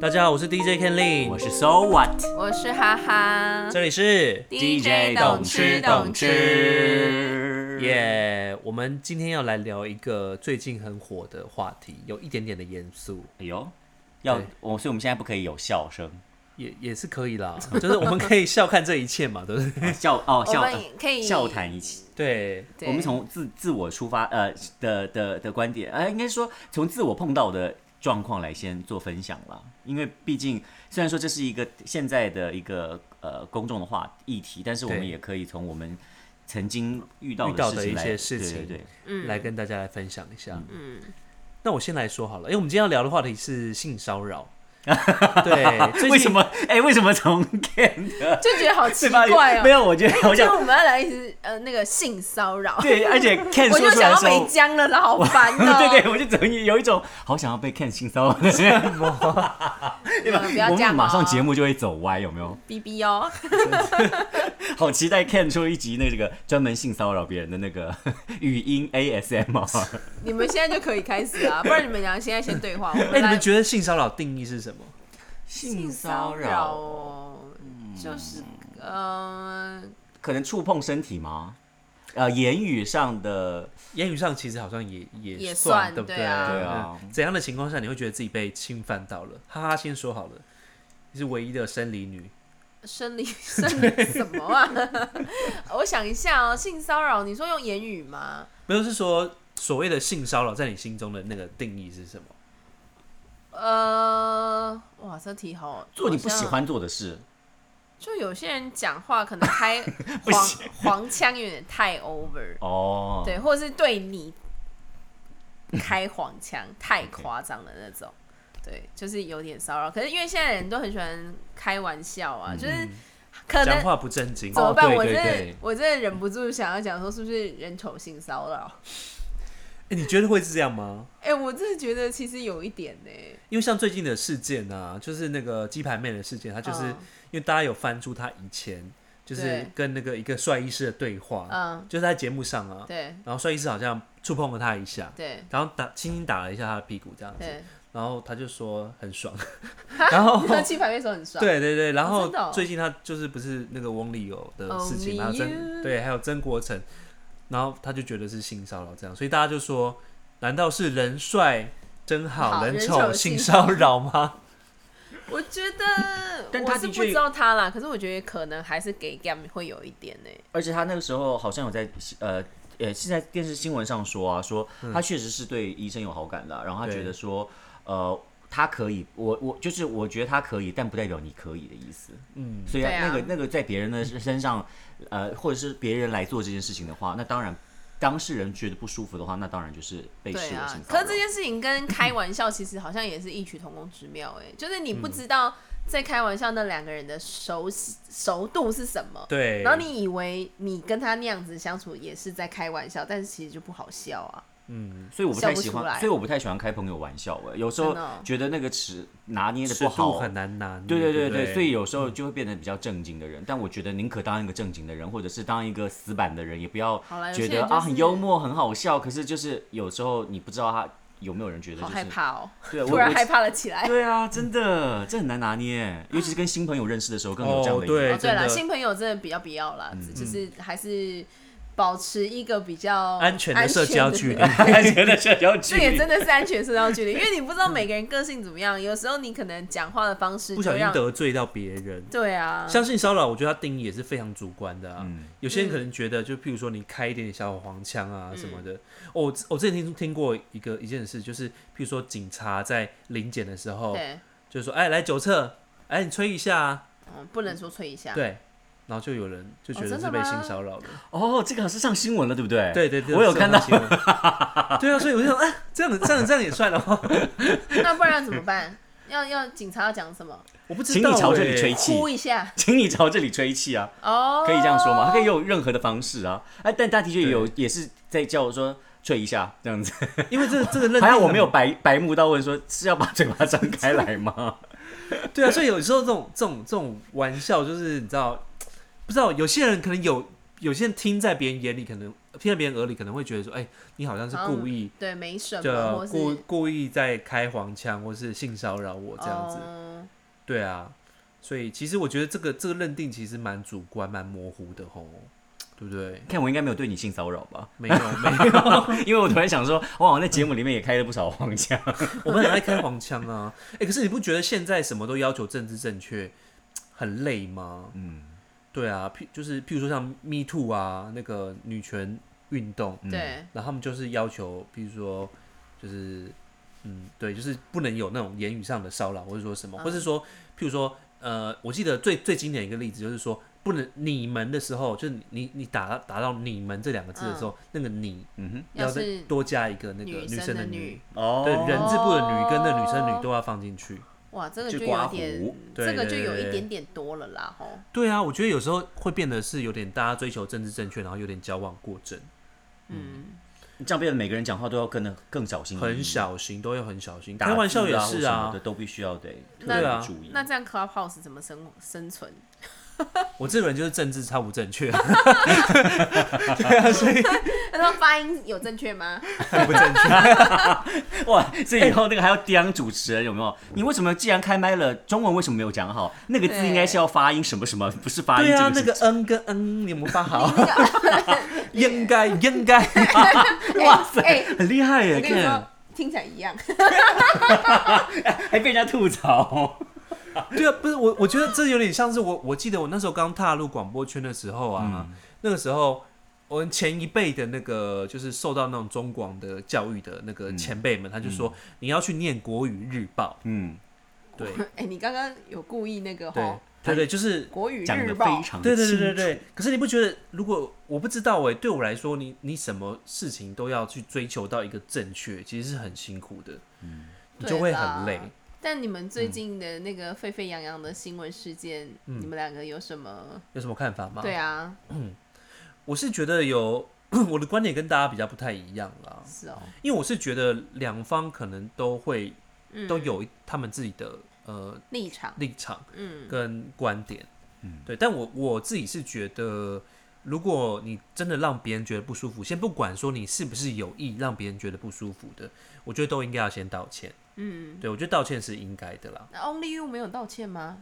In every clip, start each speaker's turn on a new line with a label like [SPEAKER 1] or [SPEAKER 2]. [SPEAKER 1] 大家好，我是 DJ Ken Lin，
[SPEAKER 2] 我是 So What
[SPEAKER 3] 我是哈哈
[SPEAKER 1] 这里是
[SPEAKER 3] DJ
[SPEAKER 2] 懂
[SPEAKER 3] 懂吃懂吃。
[SPEAKER 2] 吃
[SPEAKER 1] 耶我们今天要来聊一个最近很火的话题，有一点点的严肃，
[SPEAKER 2] 哎呦，要
[SPEAKER 1] 对
[SPEAKER 2] 我，所以我们现在不可以有笑声，
[SPEAKER 1] 也也是可以啦， 就是我们可以笑看这一切嘛，对不 对？
[SPEAKER 2] 笑哦
[SPEAKER 3] 我
[SPEAKER 2] 笑
[SPEAKER 3] 们可以
[SPEAKER 2] 笑谈一起。
[SPEAKER 1] 对，
[SPEAKER 3] 对
[SPEAKER 2] 我们从自自我出发，呃的的的观点，呃，应该说从自我碰到的状况来先做分享啦。因为毕竟虽然说这是一个现在的一个呃公众的话议题，但是我们
[SPEAKER 1] 对
[SPEAKER 2] 也可以从我们曾经遇到
[SPEAKER 1] 遇到
[SPEAKER 2] 的
[SPEAKER 1] 的
[SPEAKER 2] 事情
[SPEAKER 1] 一
[SPEAKER 2] 来
[SPEAKER 1] 些事情
[SPEAKER 2] 对对对，
[SPEAKER 3] 嗯
[SPEAKER 1] 来跟大家来分享一下。嗯，那我先来说好了，因为我们今天要聊的话题是性骚 扰。对，最近
[SPEAKER 2] 为什么？哎、为什么从 Ken 的
[SPEAKER 3] 就觉得好 奇
[SPEAKER 2] 嘴巴里
[SPEAKER 3] 怪哦。
[SPEAKER 2] 没有，我觉得好
[SPEAKER 3] 就
[SPEAKER 2] 像
[SPEAKER 3] 我们要来一直呃那个性骚扰，
[SPEAKER 2] 对，而且 Ken
[SPEAKER 3] 我
[SPEAKER 2] 说
[SPEAKER 3] 就
[SPEAKER 2] 出来
[SPEAKER 3] 想到
[SPEAKER 2] 的时
[SPEAKER 3] 没
[SPEAKER 2] 候，
[SPEAKER 3] 姜了，好 烦哦。
[SPEAKER 2] 对对，我就怎么有一种好想要被 Ken 性骚扰 的 念头，对吧？
[SPEAKER 3] 嗯不要
[SPEAKER 2] 我
[SPEAKER 3] 这样哦
[SPEAKER 2] 们马上节目就会走歪，有没有？
[SPEAKER 3] ，B B 哦，
[SPEAKER 2] 好期待 Ken 出一集那个专门性骚扰别人的那个 语音 ASM 啊！
[SPEAKER 3] 你们现在就可以开始啊，不然你们俩现在先对话。我
[SPEAKER 1] 哎、
[SPEAKER 3] 们
[SPEAKER 1] 你
[SPEAKER 3] 来
[SPEAKER 1] 们觉得性骚扰定义是什么？
[SPEAKER 2] 性
[SPEAKER 3] 哦，
[SPEAKER 2] 嗯
[SPEAKER 3] 就是呃，
[SPEAKER 2] 可能触碰身体吗？呃，言语上的
[SPEAKER 1] 言语上其实好像也也
[SPEAKER 3] 也算
[SPEAKER 1] 对不
[SPEAKER 3] 对啊
[SPEAKER 2] 对啊
[SPEAKER 1] 嗯怎样的情况下你会觉得自己被侵犯到了？哈哈，先说好了，你是唯一的生理女，
[SPEAKER 3] 生理生理什么啊？ 我想一下哦，性骚扰，你说用言语吗？
[SPEAKER 1] 没有是说所谓的性骚扰在你心中的那个定义是什么？
[SPEAKER 3] 呃，哇，这题好，
[SPEAKER 2] 做你不
[SPEAKER 3] 好像
[SPEAKER 2] 喜欢做的事，
[SPEAKER 3] 就有些人讲话可能开 黄
[SPEAKER 2] 喜
[SPEAKER 3] 黄腔有点太 over，
[SPEAKER 2] 哦，
[SPEAKER 3] 对，或者是对你开黄腔太夸张的那种，
[SPEAKER 2] 嗯
[SPEAKER 3] 对，就是有点骚扰。可是因为现在人都很喜欢开玩笑
[SPEAKER 2] 嗯
[SPEAKER 3] 啊，就是可
[SPEAKER 1] 讲
[SPEAKER 3] 能
[SPEAKER 1] 话不正经
[SPEAKER 3] 呃怎，么办？
[SPEAKER 2] 哦对
[SPEAKER 3] 我
[SPEAKER 2] 对
[SPEAKER 3] 真
[SPEAKER 2] 对
[SPEAKER 3] 的我真的忍不住想要讲说，是不是人丑性骚扰？
[SPEAKER 1] 哎、你觉得会是这样吗？
[SPEAKER 3] 哎、我真的觉得其实有一点呢、
[SPEAKER 1] 因为像最近的事件啊，就是那个鸡排妹的事件，她就是、
[SPEAKER 3] 嗯
[SPEAKER 1] 因为大家有翻出她以前就是
[SPEAKER 3] 对
[SPEAKER 1] 跟那个一个帅医师的对话，
[SPEAKER 3] 嗯，
[SPEAKER 1] 就是在节目上啊，
[SPEAKER 3] 对
[SPEAKER 1] 然后帅医师好像触碰了她一下，
[SPEAKER 3] 对
[SPEAKER 1] 然后打轻轻打了一下她的屁股这样子，
[SPEAKER 3] 对，
[SPEAKER 1] 然后她就说很爽，然后
[SPEAKER 3] 你说气排面的时候很爽，
[SPEAKER 1] 对对对，然
[SPEAKER 3] 哦
[SPEAKER 1] 后
[SPEAKER 3] 真的哦哦
[SPEAKER 1] 最近他就是不是那个翁立友的事情，
[SPEAKER 3] Only
[SPEAKER 1] 还有曾
[SPEAKER 3] you
[SPEAKER 1] 对，还有曾国成，然后他就觉得是性骚扰这样，所以大家就说，难道是人帅真好，
[SPEAKER 3] 好
[SPEAKER 1] 人
[SPEAKER 3] 人
[SPEAKER 1] 丑
[SPEAKER 3] 丑
[SPEAKER 1] 性
[SPEAKER 3] 性
[SPEAKER 1] 骚
[SPEAKER 3] 骚
[SPEAKER 1] 扰吗？
[SPEAKER 3] 我觉得
[SPEAKER 2] 但他
[SPEAKER 3] 我是
[SPEAKER 2] 的
[SPEAKER 3] 不
[SPEAKER 2] 确
[SPEAKER 3] 知道他啦，可是我觉得可能还是给 gam 会有一点欸呢、
[SPEAKER 2] 而且他那个时候好像有在呃呃是在电视新闻上说啊，说他确实是对医生有好感的啊、然后他
[SPEAKER 1] 对
[SPEAKER 2] 觉得说呃他可以，我我就是我觉得他可以，但不代表你可以的意思。嗯，所以
[SPEAKER 3] 对
[SPEAKER 2] 啊
[SPEAKER 3] 啊
[SPEAKER 2] 那个那个在别人的身上，呃，或者是别人来做这件事情的话，那当然呃当事人觉得不舒服的话，那当然就是被视为
[SPEAKER 3] 对啊
[SPEAKER 2] 性，骚
[SPEAKER 3] 可
[SPEAKER 2] 扰
[SPEAKER 3] 是。这件事情跟开玩笑其实好像也是异曲同工之妙
[SPEAKER 1] 嗯
[SPEAKER 3] 哎、就是你不知道在开玩笑那两个人的熟悉熟度是什么，
[SPEAKER 1] 对，
[SPEAKER 3] 然后你以为你跟他那样子相处也是在开玩笑，但是其实就不好笑啊。
[SPEAKER 2] 所以我不太
[SPEAKER 3] 笑不
[SPEAKER 2] 喜
[SPEAKER 3] 出来
[SPEAKER 2] 欢，所以我不太喜欢开朋友玩笑、欸。有时候
[SPEAKER 3] 真的哦
[SPEAKER 2] 觉得那个尺拿捏的
[SPEAKER 1] 尺
[SPEAKER 2] 不
[SPEAKER 1] 度
[SPEAKER 2] 好，
[SPEAKER 1] 很难拿捏，
[SPEAKER 2] 对对
[SPEAKER 1] 对嗯
[SPEAKER 2] 对
[SPEAKER 1] 不
[SPEAKER 2] 对，所以有时候就会变得比较正经的人，但我觉得宁可当一个正经的人，或者是当一个死板的人，也不要
[SPEAKER 3] 好啦有
[SPEAKER 2] 觉
[SPEAKER 3] 些
[SPEAKER 2] 得
[SPEAKER 3] 人就
[SPEAKER 2] 啊很
[SPEAKER 3] 是
[SPEAKER 2] 幽默很好笑。可是就是有时候你不知道他有没有人觉得
[SPEAKER 3] 好
[SPEAKER 2] 就
[SPEAKER 3] 害
[SPEAKER 2] 是
[SPEAKER 3] 怕
[SPEAKER 1] 啊
[SPEAKER 3] 哦、
[SPEAKER 2] 对，
[SPEAKER 3] 突
[SPEAKER 2] 我
[SPEAKER 3] 然
[SPEAKER 2] 我
[SPEAKER 3] 害怕了起来。
[SPEAKER 2] 对啊，真的这很难拿捏，尤其是跟新朋友认识的时候更有这样
[SPEAKER 1] 哦
[SPEAKER 2] 的一个
[SPEAKER 1] 对，
[SPEAKER 3] 哦，对
[SPEAKER 1] 真的
[SPEAKER 3] 了，
[SPEAKER 1] 嗯
[SPEAKER 3] 新朋友真的比较不要啦，就是还是保持一个比较
[SPEAKER 1] 安全的社交距离，
[SPEAKER 2] 安全的社交距
[SPEAKER 3] 这也
[SPEAKER 2] 离
[SPEAKER 3] 真。的是安全社交距离，因为你不知道每个人个性怎么样，有时候你可能讲话的方式
[SPEAKER 1] 不
[SPEAKER 3] 就
[SPEAKER 1] 小心
[SPEAKER 3] 让
[SPEAKER 1] 得罪到别人。
[SPEAKER 3] 对啊，
[SPEAKER 1] 像性骚扰，我觉得它定义也是非常主观的啊。
[SPEAKER 2] 嗯
[SPEAKER 1] 有些人可能觉得，就譬如说你开一点点小黄腔啊
[SPEAKER 3] 嗯
[SPEAKER 1] 什么的。哦我、我之前听听过一个一件事，就是譬如说警察在临检的时候，
[SPEAKER 3] 对，
[SPEAKER 1] 就是说，哎，来酒测，哎，你吹一下啊，
[SPEAKER 3] 嗯，不能说吹一下，
[SPEAKER 1] 对。然后就有人就觉
[SPEAKER 3] 哦
[SPEAKER 1] 得
[SPEAKER 3] 真
[SPEAKER 1] 是
[SPEAKER 3] 的
[SPEAKER 1] 被
[SPEAKER 3] 吗
[SPEAKER 1] 性骚扰了，
[SPEAKER 2] 哦，这个好像是上新闻了，对不对？
[SPEAKER 1] 对对对，
[SPEAKER 2] 我有
[SPEAKER 1] 这
[SPEAKER 2] 看
[SPEAKER 1] 种
[SPEAKER 2] 到。
[SPEAKER 1] 新闻对啊，所以我就想，哎、这样子这样子这样也算了吗？
[SPEAKER 3] 那不然要怎么办？要要警察要讲什么？
[SPEAKER 1] 我不知
[SPEAKER 2] 请
[SPEAKER 1] 道、
[SPEAKER 2] 你
[SPEAKER 1] 欸，
[SPEAKER 2] 朝这里吹气，
[SPEAKER 3] 哭一下
[SPEAKER 2] 请你朝这里吹气啊！
[SPEAKER 3] 哦，
[SPEAKER 2] 可以这样说吗？他可以用任何的方式啊，哎，但他的确有也是在叫我说吹一下这样子，
[SPEAKER 1] 因为这个这个认定
[SPEAKER 2] 还好我
[SPEAKER 1] 很
[SPEAKER 2] 没有白白目到问说是要把嘴巴 张开来吗？
[SPEAKER 1] 对啊，所以有时候这种这种这种玩笑，就是你知道，不知道有些人可能有有些人听在别人眼里，可能听在别人耳里，可能会觉得说，哎、你好像是
[SPEAKER 3] 好像
[SPEAKER 1] 故意
[SPEAKER 3] 对，没什么，
[SPEAKER 1] 的
[SPEAKER 3] 嗯或
[SPEAKER 1] 故
[SPEAKER 3] 是
[SPEAKER 1] 故意在开黄腔，或是性骚扰我这样子。
[SPEAKER 3] 哦
[SPEAKER 1] 对啊，所以其实我觉得这个这个认定其实蛮主观、蛮模糊的吼，对不对？
[SPEAKER 2] 看我应该没有对你性骚扰吧？
[SPEAKER 1] 没有 没有，
[SPEAKER 2] 因为我突然想说，哇，我在节目里面也开了不少黄腔。
[SPEAKER 1] 我们很爱开黄腔啊。哎、可是你不觉得现在什么都要求政治正确，很累吗？嗯，对啊，譬就是譬如说像 Me Too 啊，那个女权运动，
[SPEAKER 2] 嗯
[SPEAKER 3] 对，
[SPEAKER 1] 然后他们就是要求，比如说，就是，嗯，对，就是不能有那种言语上的骚扰，或者说什么，或是
[SPEAKER 3] 嗯
[SPEAKER 1] 说，譬如说，呃，我记得最最经典一个例子就是说，不能你们的时候，就是你你打到打到你们这两个字的时候，那个你
[SPEAKER 2] 嗯
[SPEAKER 3] 要
[SPEAKER 1] 再
[SPEAKER 3] 是
[SPEAKER 1] 多加一个那个
[SPEAKER 3] 女
[SPEAKER 1] 女
[SPEAKER 3] 生
[SPEAKER 1] 生
[SPEAKER 3] 的
[SPEAKER 1] 女
[SPEAKER 3] 女，哦
[SPEAKER 2] 哼，哦
[SPEAKER 1] 对，人字部的女跟那女生女都要放进去。
[SPEAKER 3] 哇，这个
[SPEAKER 2] 就
[SPEAKER 3] 就
[SPEAKER 2] 刮
[SPEAKER 3] 有点
[SPEAKER 2] 胡，
[SPEAKER 1] 对
[SPEAKER 3] 这个就
[SPEAKER 1] 对
[SPEAKER 3] 有
[SPEAKER 1] 对
[SPEAKER 3] 一点点多了啦，吼。
[SPEAKER 1] 对啊，我觉得有时候会变得是有点大家追求政治正确，然后有点矫枉过正，
[SPEAKER 3] 嗯，
[SPEAKER 2] 这样变得每个人讲话都要更更小心翼翼，
[SPEAKER 1] 很小心，都要很小心。
[SPEAKER 2] 打字啊
[SPEAKER 1] 开玩笑也
[SPEAKER 2] 或
[SPEAKER 1] 是
[SPEAKER 2] 什么
[SPEAKER 1] 啊
[SPEAKER 2] 的，都必须要得特
[SPEAKER 1] 对啊
[SPEAKER 2] 别注意。
[SPEAKER 3] 那这样 Clubhouse 怎么生生存？
[SPEAKER 1] 我这个人就是政治超不正确。
[SPEAKER 3] 那他发音有正确吗？
[SPEAKER 2] 哇，所以以后那个还要刁主持人有没有？你为什么既然开麦了，中文为什么没有讲好？那个字应该是要发音什么什么，不是发音
[SPEAKER 1] 对啊，
[SPEAKER 2] 这
[SPEAKER 1] 那个
[SPEAKER 2] 字
[SPEAKER 1] N 跟 N 你有没有发好？
[SPEAKER 3] 那个
[SPEAKER 1] 应该应 该，
[SPEAKER 2] 哇塞，
[SPEAKER 3] 哎
[SPEAKER 2] 很厉害耶！
[SPEAKER 3] 我跟你
[SPEAKER 2] 看
[SPEAKER 3] 说，听起来一样。
[SPEAKER 2] 还被人家吐槽。
[SPEAKER 1] 对啊，不是我，我觉得这有点像是我，我记得我那时候刚踏入广播圈的时候啊，
[SPEAKER 2] 嗯
[SPEAKER 1] 那个时候我们前一辈的那个就是受到那种中广的教育的那个前辈们，他就说你要去念国语日报，
[SPEAKER 2] 嗯，
[SPEAKER 1] 对
[SPEAKER 3] 哎，你刚刚有故意那个
[SPEAKER 1] 对
[SPEAKER 3] 吼，
[SPEAKER 1] 对对，就是
[SPEAKER 3] 国语
[SPEAKER 2] 嗯讲
[SPEAKER 3] 日
[SPEAKER 2] 的
[SPEAKER 3] 报
[SPEAKER 2] 非，常
[SPEAKER 1] 对对对
[SPEAKER 2] 的
[SPEAKER 1] 对
[SPEAKER 2] 清楚。
[SPEAKER 1] 对。可是你不觉得，如果我不知道哎、对我来说，你你什么事情都要去追求到一个正确，其实是很辛苦的，你就
[SPEAKER 3] 对
[SPEAKER 1] 会
[SPEAKER 3] 啦
[SPEAKER 1] 很累。
[SPEAKER 3] 但你们最近的那个沸沸扬扬的新闻事件，
[SPEAKER 1] 嗯
[SPEAKER 3] 你们两个有什么？
[SPEAKER 1] 有什么看法吗？
[SPEAKER 3] 对啊，
[SPEAKER 1] 我是觉得有 我的观点跟大家比较不太一样啦，
[SPEAKER 3] 是哦，
[SPEAKER 1] 因为我是觉得两方可能都会都有他们自己的呃
[SPEAKER 3] 立场，
[SPEAKER 1] 立场
[SPEAKER 3] 嗯，
[SPEAKER 1] 跟观点，嗯，对。但我我自己是觉得，如果你真的让别人觉得不舒服，先不管说你是不是有意让别人觉得不舒服的，我觉得都应该要先道歉，嗯，对我觉得道歉是应该的啦。
[SPEAKER 3] 那 Only You 没有道歉吗？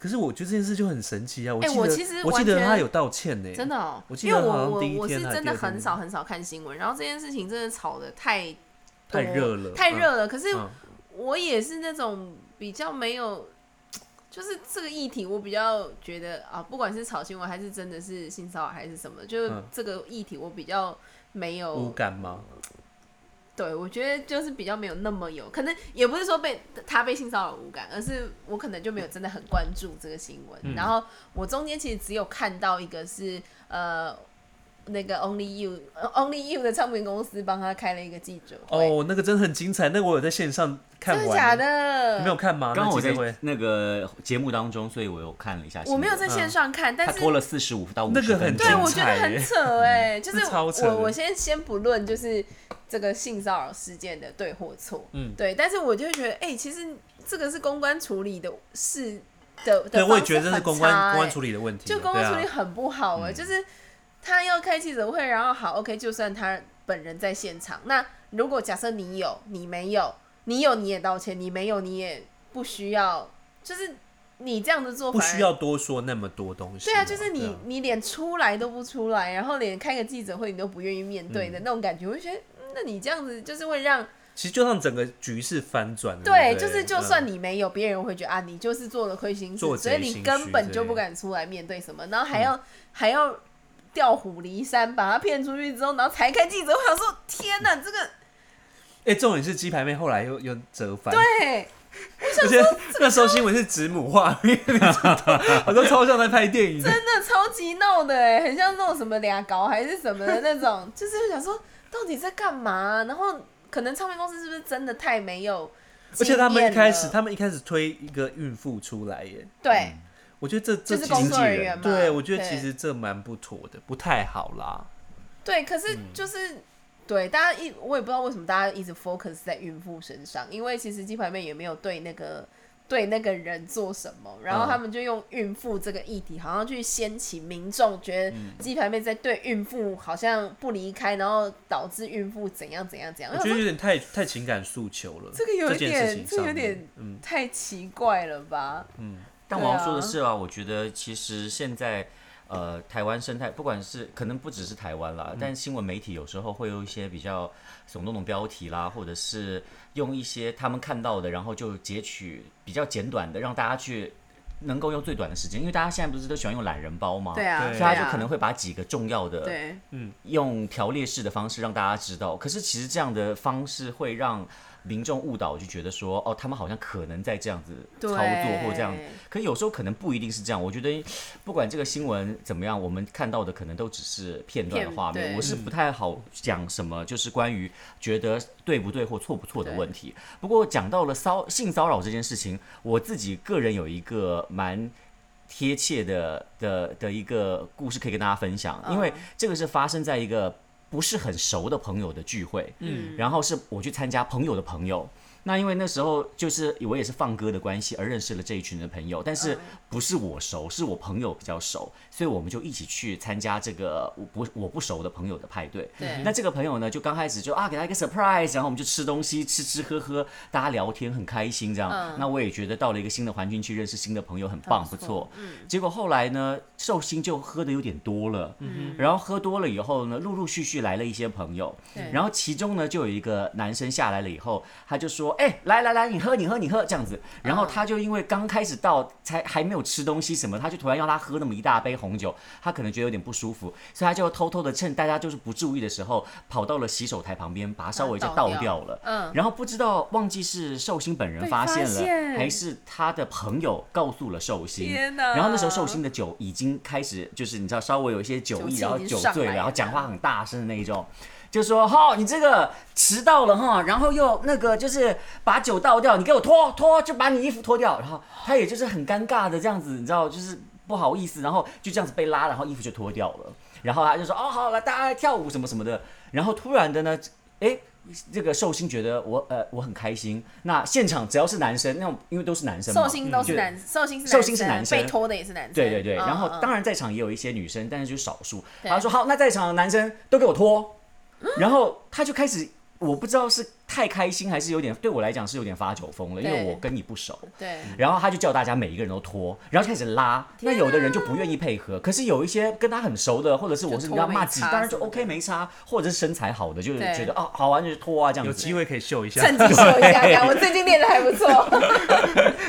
[SPEAKER 1] 可是我觉得这件事就很神奇啊！我
[SPEAKER 3] 哎
[SPEAKER 1] 记得、
[SPEAKER 3] 我其实
[SPEAKER 1] 我记
[SPEAKER 3] 完
[SPEAKER 1] 得
[SPEAKER 3] 全
[SPEAKER 1] 他有道歉呢、
[SPEAKER 3] 真的哦
[SPEAKER 1] 我，记
[SPEAKER 3] 因
[SPEAKER 1] 得
[SPEAKER 3] 为
[SPEAKER 1] 好像
[SPEAKER 3] 我
[SPEAKER 1] 第一
[SPEAKER 3] 我我
[SPEAKER 1] 天
[SPEAKER 3] 是
[SPEAKER 1] 还是
[SPEAKER 3] 真
[SPEAKER 1] 第
[SPEAKER 3] 的
[SPEAKER 1] 二天
[SPEAKER 3] 很少很少看新闻，然后这件事情真的吵得太多
[SPEAKER 1] 太热了，
[SPEAKER 3] 哦太
[SPEAKER 1] 嗯
[SPEAKER 3] 热了。可是
[SPEAKER 1] 嗯
[SPEAKER 3] 我也是那种比较没有，就是这个议题，我比较觉得啊，不管是炒新闻还是真的是性骚扰还是什么，就是
[SPEAKER 1] 嗯
[SPEAKER 3] 这个议题我比较没有
[SPEAKER 1] 无感吗？
[SPEAKER 3] 对，我觉得就是比较没有那么有，可能也不是说被他被性骚扰无感，而是我可能就没有真的很关注这个新闻。
[SPEAKER 1] 嗯
[SPEAKER 3] 然后我中间其实只有看到一个是呃那个 Only You 呃 Only You 的唱片公司帮他开了一个记者会，
[SPEAKER 1] 哦，那个真的很精彩，那个我有在线上看
[SPEAKER 3] 真
[SPEAKER 1] 完，
[SPEAKER 3] 的假
[SPEAKER 1] 你
[SPEAKER 3] 的？
[SPEAKER 1] 没有，看吗？
[SPEAKER 2] 刚刚我
[SPEAKER 1] 那
[SPEAKER 2] 在
[SPEAKER 1] 记者会
[SPEAKER 2] 那个节目当中，所以我有看了一下新
[SPEAKER 3] 我
[SPEAKER 2] 闻。
[SPEAKER 3] 没有
[SPEAKER 1] 嗯
[SPEAKER 3] 在线上看，但
[SPEAKER 2] 他
[SPEAKER 3] 是
[SPEAKER 2] 拖了四十五到五
[SPEAKER 1] 那
[SPEAKER 2] 十
[SPEAKER 1] 个
[SPEAKER 2] 分
[SPEAKER 1] 很
[SPEAKER 2] 钟
[SPEAKER 3] 对，
[SPEAKER 1] 精
[SPEAKER 3] 哎我觉得
[SPEAKER 1] 彩
[SPEAKER 3] 很啊
[SPEAKER 1] 耶
[SPEAKER 3] 扯哎、就是
[SPEAKER 1] 是超扯的
[SPEAKER 3] 我我先先不论就是这个性骚扰事件的对或错，
[SPEAKER 1] 嗯
[SPEAKER 3] 对，但是我就觉得，哎、其实这个是公关处理的事的的、
[SPEAKER 1] 对，
[SPEAKER 3] 方
[SPEAKER 1] 我也觉
[SPEAKER 3] 式
[SPEAKER 1] 得这是
[SPEAKER 3] 很
[SPEAKER 1] 公关、
[SPEAKER 3] 差
[SPEAKER 1] 公关
[SPEAKER 3] 欸
[SPEAKER 1] 处理的问题了，
[SPEAKER 3] 就公关处理
[SPEAKER 1] 对啊、
[SPEAKER 3] 很不好哎、就是他要开记者会，然后好，OK，就算他本人在现场，那如果假设你有，你没有，你有你也道歉，你没有你也不需要，就是你这样的做
[SPEAKER 1] 不
[SPEAKER 3] 法
[SPEAKER 1] 需要多说那么多东西嘛。
[SPEAKER 3] 对啊，就是你、
[SPEAKER 1] 对啊
[SPEAKER 3] 你连出来都不出来，然后连开个记者会你都不愿意面对的那种感觉，我就觉得，嗯那你这样子就是会让
[SPEAKER 1] 其实就让整个局势翻转了。
[SPEAKER 3] 对，
[SPEAKER 1] 不
[SPEAKER 3] 就是就
[SPEAKER 1] 嗯
[SPEAKER 3] 算你没有，别人会觉得啊，你就是做了亏心
[SPEAKER 1] 做
[SPEAKER 3] 事，所以
[SPEAKER 1] 贼
[SPEAKER 3] 你
[SPEAKER 1] 心虚嗯
[SPEAKER 3] 根本
[SPEAKER 1] 对
[SPEAKER 3] 就不敢出来面对什么，然后还要、还要调虎离山，把他骗出去之后，然后才开记者会，我想说天哪，这个
[SPEAKER 1] 哎、重点是鸡排妹后来又又折返，，
[SPEAKER 3] 对，
[SPEAKER 1] 而且那时候新闻是指母画面，你知道，我都超像在拍电影的。
[SPEAKER 3] 真的超级闹的哎，很像那种什么俩搞还是什么的那种，就是想说到底在干嘛？然后可能唱片公司是不是真的太没有
[SPEAKER 1] 而
[SPEAKER 3] 经
[SPEAKER 1] 且
[SPEAKER 3] 验了？
[SPEAKER 1] 他们一开始，他们嗯一开始推一个孕妇出来耶，
[SPEAKER 3] 对
[SPEAKER 1] 我觉得这这
[SPEAKER 3] 就是
[SPEAKER 1] 其实
[SPEAKER 3] 工作人员嘛
[SPEAKER 1] 对我觉得
[SPEAKER 3] 对
[SPEAKER 1] 其实这蛮不妥的，不太好啦。
[SPEAKER 3] 对，可是
[SPEAKER 1] 嗯
[SPEAKER 3] 就是。对，大家一我也不知道为什么大家一直 focus 在孕妇身上，因为其实鸡排妹也没有对那个对那个人做什么，然后他们就用孕妇这个议题，好像去掀起民众觉得
[SPEAKER 1] 嗯
[SPEAKER 3] 鸡排妹在对孕妇好像不离开，然后导致孕妇怎样怎样怎样。
[SPEAKER 1] 我觉得有点太太情感诉求了。
[SPEAKER 3] 这个有一
[SPEAKER 1] 件
[SPEAKER 3] 点
[SPEAKER 1] 事情
[SPEAKER 3] 这
[SPEAKER 1] 上面
[SPEAKER 3] 有点
[SPEAKER 1] 嗯，
[SPEAKER 3] 太奇怪了吧？
[SPEAKER 2] 嗯但
[SPEAKER 3] 对
[SPEAKER 2] 我要
[SPEAKER 3] 啊
[SPEAKER 2] 说的是啊，我觉得其实现在呃，台湾生态不管是可能不只是台湾啦，但新闻媒体有时候会有一些比较耸动的标题啦，或者是用一些他们看到的，然后就截取比较简短的，让大家去能够用最短的时间，因为大家现在不是都喜欢用懒人包吗？
[SPEAKER 3] 对啊，
[SPEAKER 1] 对
[SPEAKER 2] 所以
[SPEAKER 3] 对
[SPEAKER 2] 他
[SPEAKER 3] 啊
[SPEAKER 2] 就可能会把几个重要的
[SPEAKER 3] 对
[SPEAKER 2] 用条列式的方式让大家知道。可是其实这样的方式会让民众误导，就觉得说哦，他们好像可能在这样子操
[SPEAKER 3] 对
[SPEAKER 2] 作或这样。可有时候可能不一定是这样。我觉得不管这个新闻怎么样，我们看到的可能都只是片段的
[SPEAKER 3] 片
[SPEAKER 2] 画面。
[SPEAKER 3] 对
[SPEAKER 2] 我是不太好讲什么，就是关于觉得对不对或错不错的
[SPEAKER 3] 对
[SPEAKER 2] 问题。不过讲到了骚性骚扰这件事情，我自己个人有一个蛮。贴切的的的一个故事可以跟大家分享，因为
[SPEAKER 3] 嗯
[SPEAKER 2] 这个是发生在一个不是很熟的朋友的聚会，嗯，然后是我去参加朋友的朋友。那因为那时候就是我也是放歌的关系而认识了这一群的朋友，但是不是我熟，是我朋友比较熟，所以我们就一起去参加这个我不我不熟的朋友的派对。
[SPEAKER 3] 对
[SPEAKER 2] 那这个朋友呢，就刚开始就啊给他一个 surprise，然后我们就吃东西，吃吃喝喝，大家聊天很开心这样。那我也觉得到了一个新的环境去认识新的朋友嗯很棒，
[SPEAKER 3] 不
[SPEAKER 2] 不
[SPEAKER 3] 错
[SPEAKER 2] 错。
[SPEAKER 3] 嗯
[SPEAKER 2] 结果后来呢，寿星就喝的有点多了，
[SPEAKER 3] 嗯
[SPEAKER 2] 然后喝多了以后呢，陆陆续续来了一些朋友，
[SPEAKER 3] 对
[SPEAKER 2] 然后其中呢就有一个男生下来了以后，他就说：“哎、来来来，你喝你喝你喝这样子。”然
[SPEAKER 3] 嗯
[SPEAKER 2] 后他就因为刚开始到才还没有吃东西什么，他就突然要他喝那么一大杯红酒，他可能觉得有点不舒服，所以他就偷偷的趁大家就是不注意的时候，跑到了洗手台旁边，把它稍微再
[SPEAKER 3] 把它
[SPEAKER 2] 倒
[SPEAKER 3] 倒掉
[SPEAKER 2] 掉了。
[SPEAKER 3] 嗯，
[SPEAKER 2] 然后不知道忘记是寿星本人
[SPEAKER 3] 被
[SPEAKER 2] 发
[SPEAKER 3] 发
[SPEAKER 2] 现了，
[SPEAKER 3] 现
[SPEAKER 2] 还是他的朋友告诉了寿星。
[SPEAKER 3] 天哪
[SPEAKER 2] 然后那时候寿星的酒已经开始，就是你知道稍微有一些酒
[SPEAKER 3] 酒
[SPEAKER 2] 意，
[SPEAKER 3] 气
[SPEAKER 2] 然后
[SPEAKER 3] 已经
[SPEAKER 2] 酒
[SPEAKER 3] 上
[SPEAKER 2] 醉
[SPEAKER 3] 来
[SPEAKER 2] 了，然后
[SPEAKER 3] 了
[SPEAKER 2] 讲话很大声的那一种。就说哈、你这个迟到了哈，然后又那个就是把酒倒掉，你给我脱脱，就把你衣服脱掉，然后他也就是很尴尬的这样子，你知道，就是不好意思，然后就这样子被拉，然后衣服就脱掉了，然后他就说哦好了，大家来跳舞什么什么的，然后突然的呢，诶，这个寿星觉得我呃我很开心，那现场只要是男生，那种因为都是男生嘛，
[SPEAKER 3] 寿星都是
[SPEAKER 2] 就
[SPEAKER 3] 男，寿星是
[SPEAKER 2] 嗯寿星是男生
[SPEAKER 3] 被拖的也是男生，
[SPEAKER 2] 对对对，
[SPEAKER 3] 嗯
[SPEAKER 2] 然后
[SPEAKER 3] 嗯
[SPEAKER 2] 当然在场也有一些女生，但是就少数。
[SPEAKER 3] 对
[SPEAKER 2] 然后说好，那在场的男生都给我脱，然后他就开始，我不知道是太开心还是有点，对我来讲是有点发酒疯了，因为
[SPEAKER 3] 对
[SPEAKER 2] 我跟你不熟。
[SPEAKER 3] 对
[SPEAKER 2] 然后他就叫大家每一个人都脱，然后就开始拉。
[SPEAKER 3] 啊
[SPEAKER 2] 那有的人就不愿意配合，可是有一些跟他很熟的，或者是我是
[SPEAKER 3] 就
[SPEAKER 2] 你
[SPEAKER 3] 脱
[SPEAKER 2] 要
[SPEAKER 3] 没
[SPEAKER 2] 骂几，
[SPEAKER 3] 差
[SPEAKER 2] 当然就
[SPEAKER 3] 什么
[SPEAKER 2] OK
[SPEAKER 3] 的
[SPEAKER 2] 没差，或者是身材好的，就是
[SPEAKER 3] 对
[SPEAKER 2] 觉得哦好玩就脱啊这样子。
[SPEAKER 1] 有机会可以秀一下。
[SPEAKER 3] 趁机 秀一下， 看我最近练的还不错，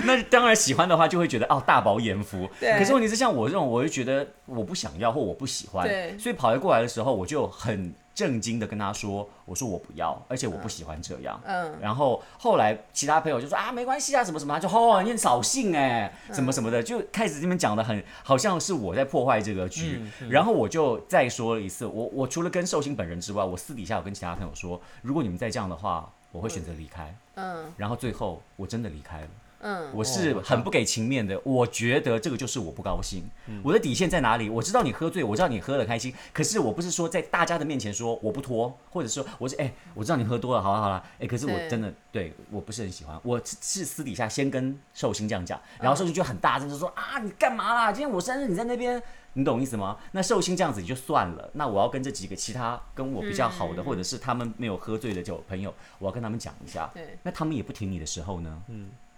[SPEAKER 2] 那当然喜欢的话，就会觉得哦大饱眼福。
[SPEAKER 3] 对
[SPEAKER 2] 可是问题是像我这种，我就觉得我不想要或我不喜欢，
[SPEAKER 3] 对
[SPEAKER 2] 所以跑过来的时候，我就很震惊的跟他说：“我说我不要，而且我不喜欢这样。
[SPEAKER 3] 嗯，
[SPEAKER 2] 然后后来其他朋友就说啊，没关系啊，什么什么，他就哦，你很扫兴哎，
[SPEAKER 3] 嗯
[SPEAKER 2] 什么什么的，就开始这边讲的很好像是我在破坏这个局。
[SPEAKER 3] 嗯
[SPEAKER 2] 然后我就再说了一次，我我除了跟寿星本人之外，我私底下有跟其他朋友说，如果你们再这样的话，我会选择离开。
[SPEAKER 3] 嗯
[SPEAKER 2] 然后最后我真的离开了。
[SPEAKER 3] 嗯，
[SPEAKER 2] 我是
[SPEAKER 1] 哦
[SPEAKER 2] 很不给情面的，我觉得这个就是我不高兴，我的底线在哪里？我知道你喝醉，我知道你喝的开心，可是我不是说在大家的面前说我不脱，或者说我是哎、我知道你喝多了，好了好了，哎、可是我
[SPEAKER 3] 对
[SPEAKER 2] 真的对我不是很喜欢，我是是私底下先跟寿星这样讲，
[SPEAKER 3] 嗯
[SPEAKER 2] 然后寿星就很大声就说、啊，你干嘛啦？今天我生日，你在那边。你懂意思吗？那寿星这样子也就算了，那我要跟这几个其他跟我比较好
[SPEAKER 3] 嗯
[SPEAKER 2] 的，或者是他们没有喝醉的酒朋友，我要跟他们讲一下。
[SPEAKER 3] 对，
[SPEAKER 2] 那他们也不听你的时候呢？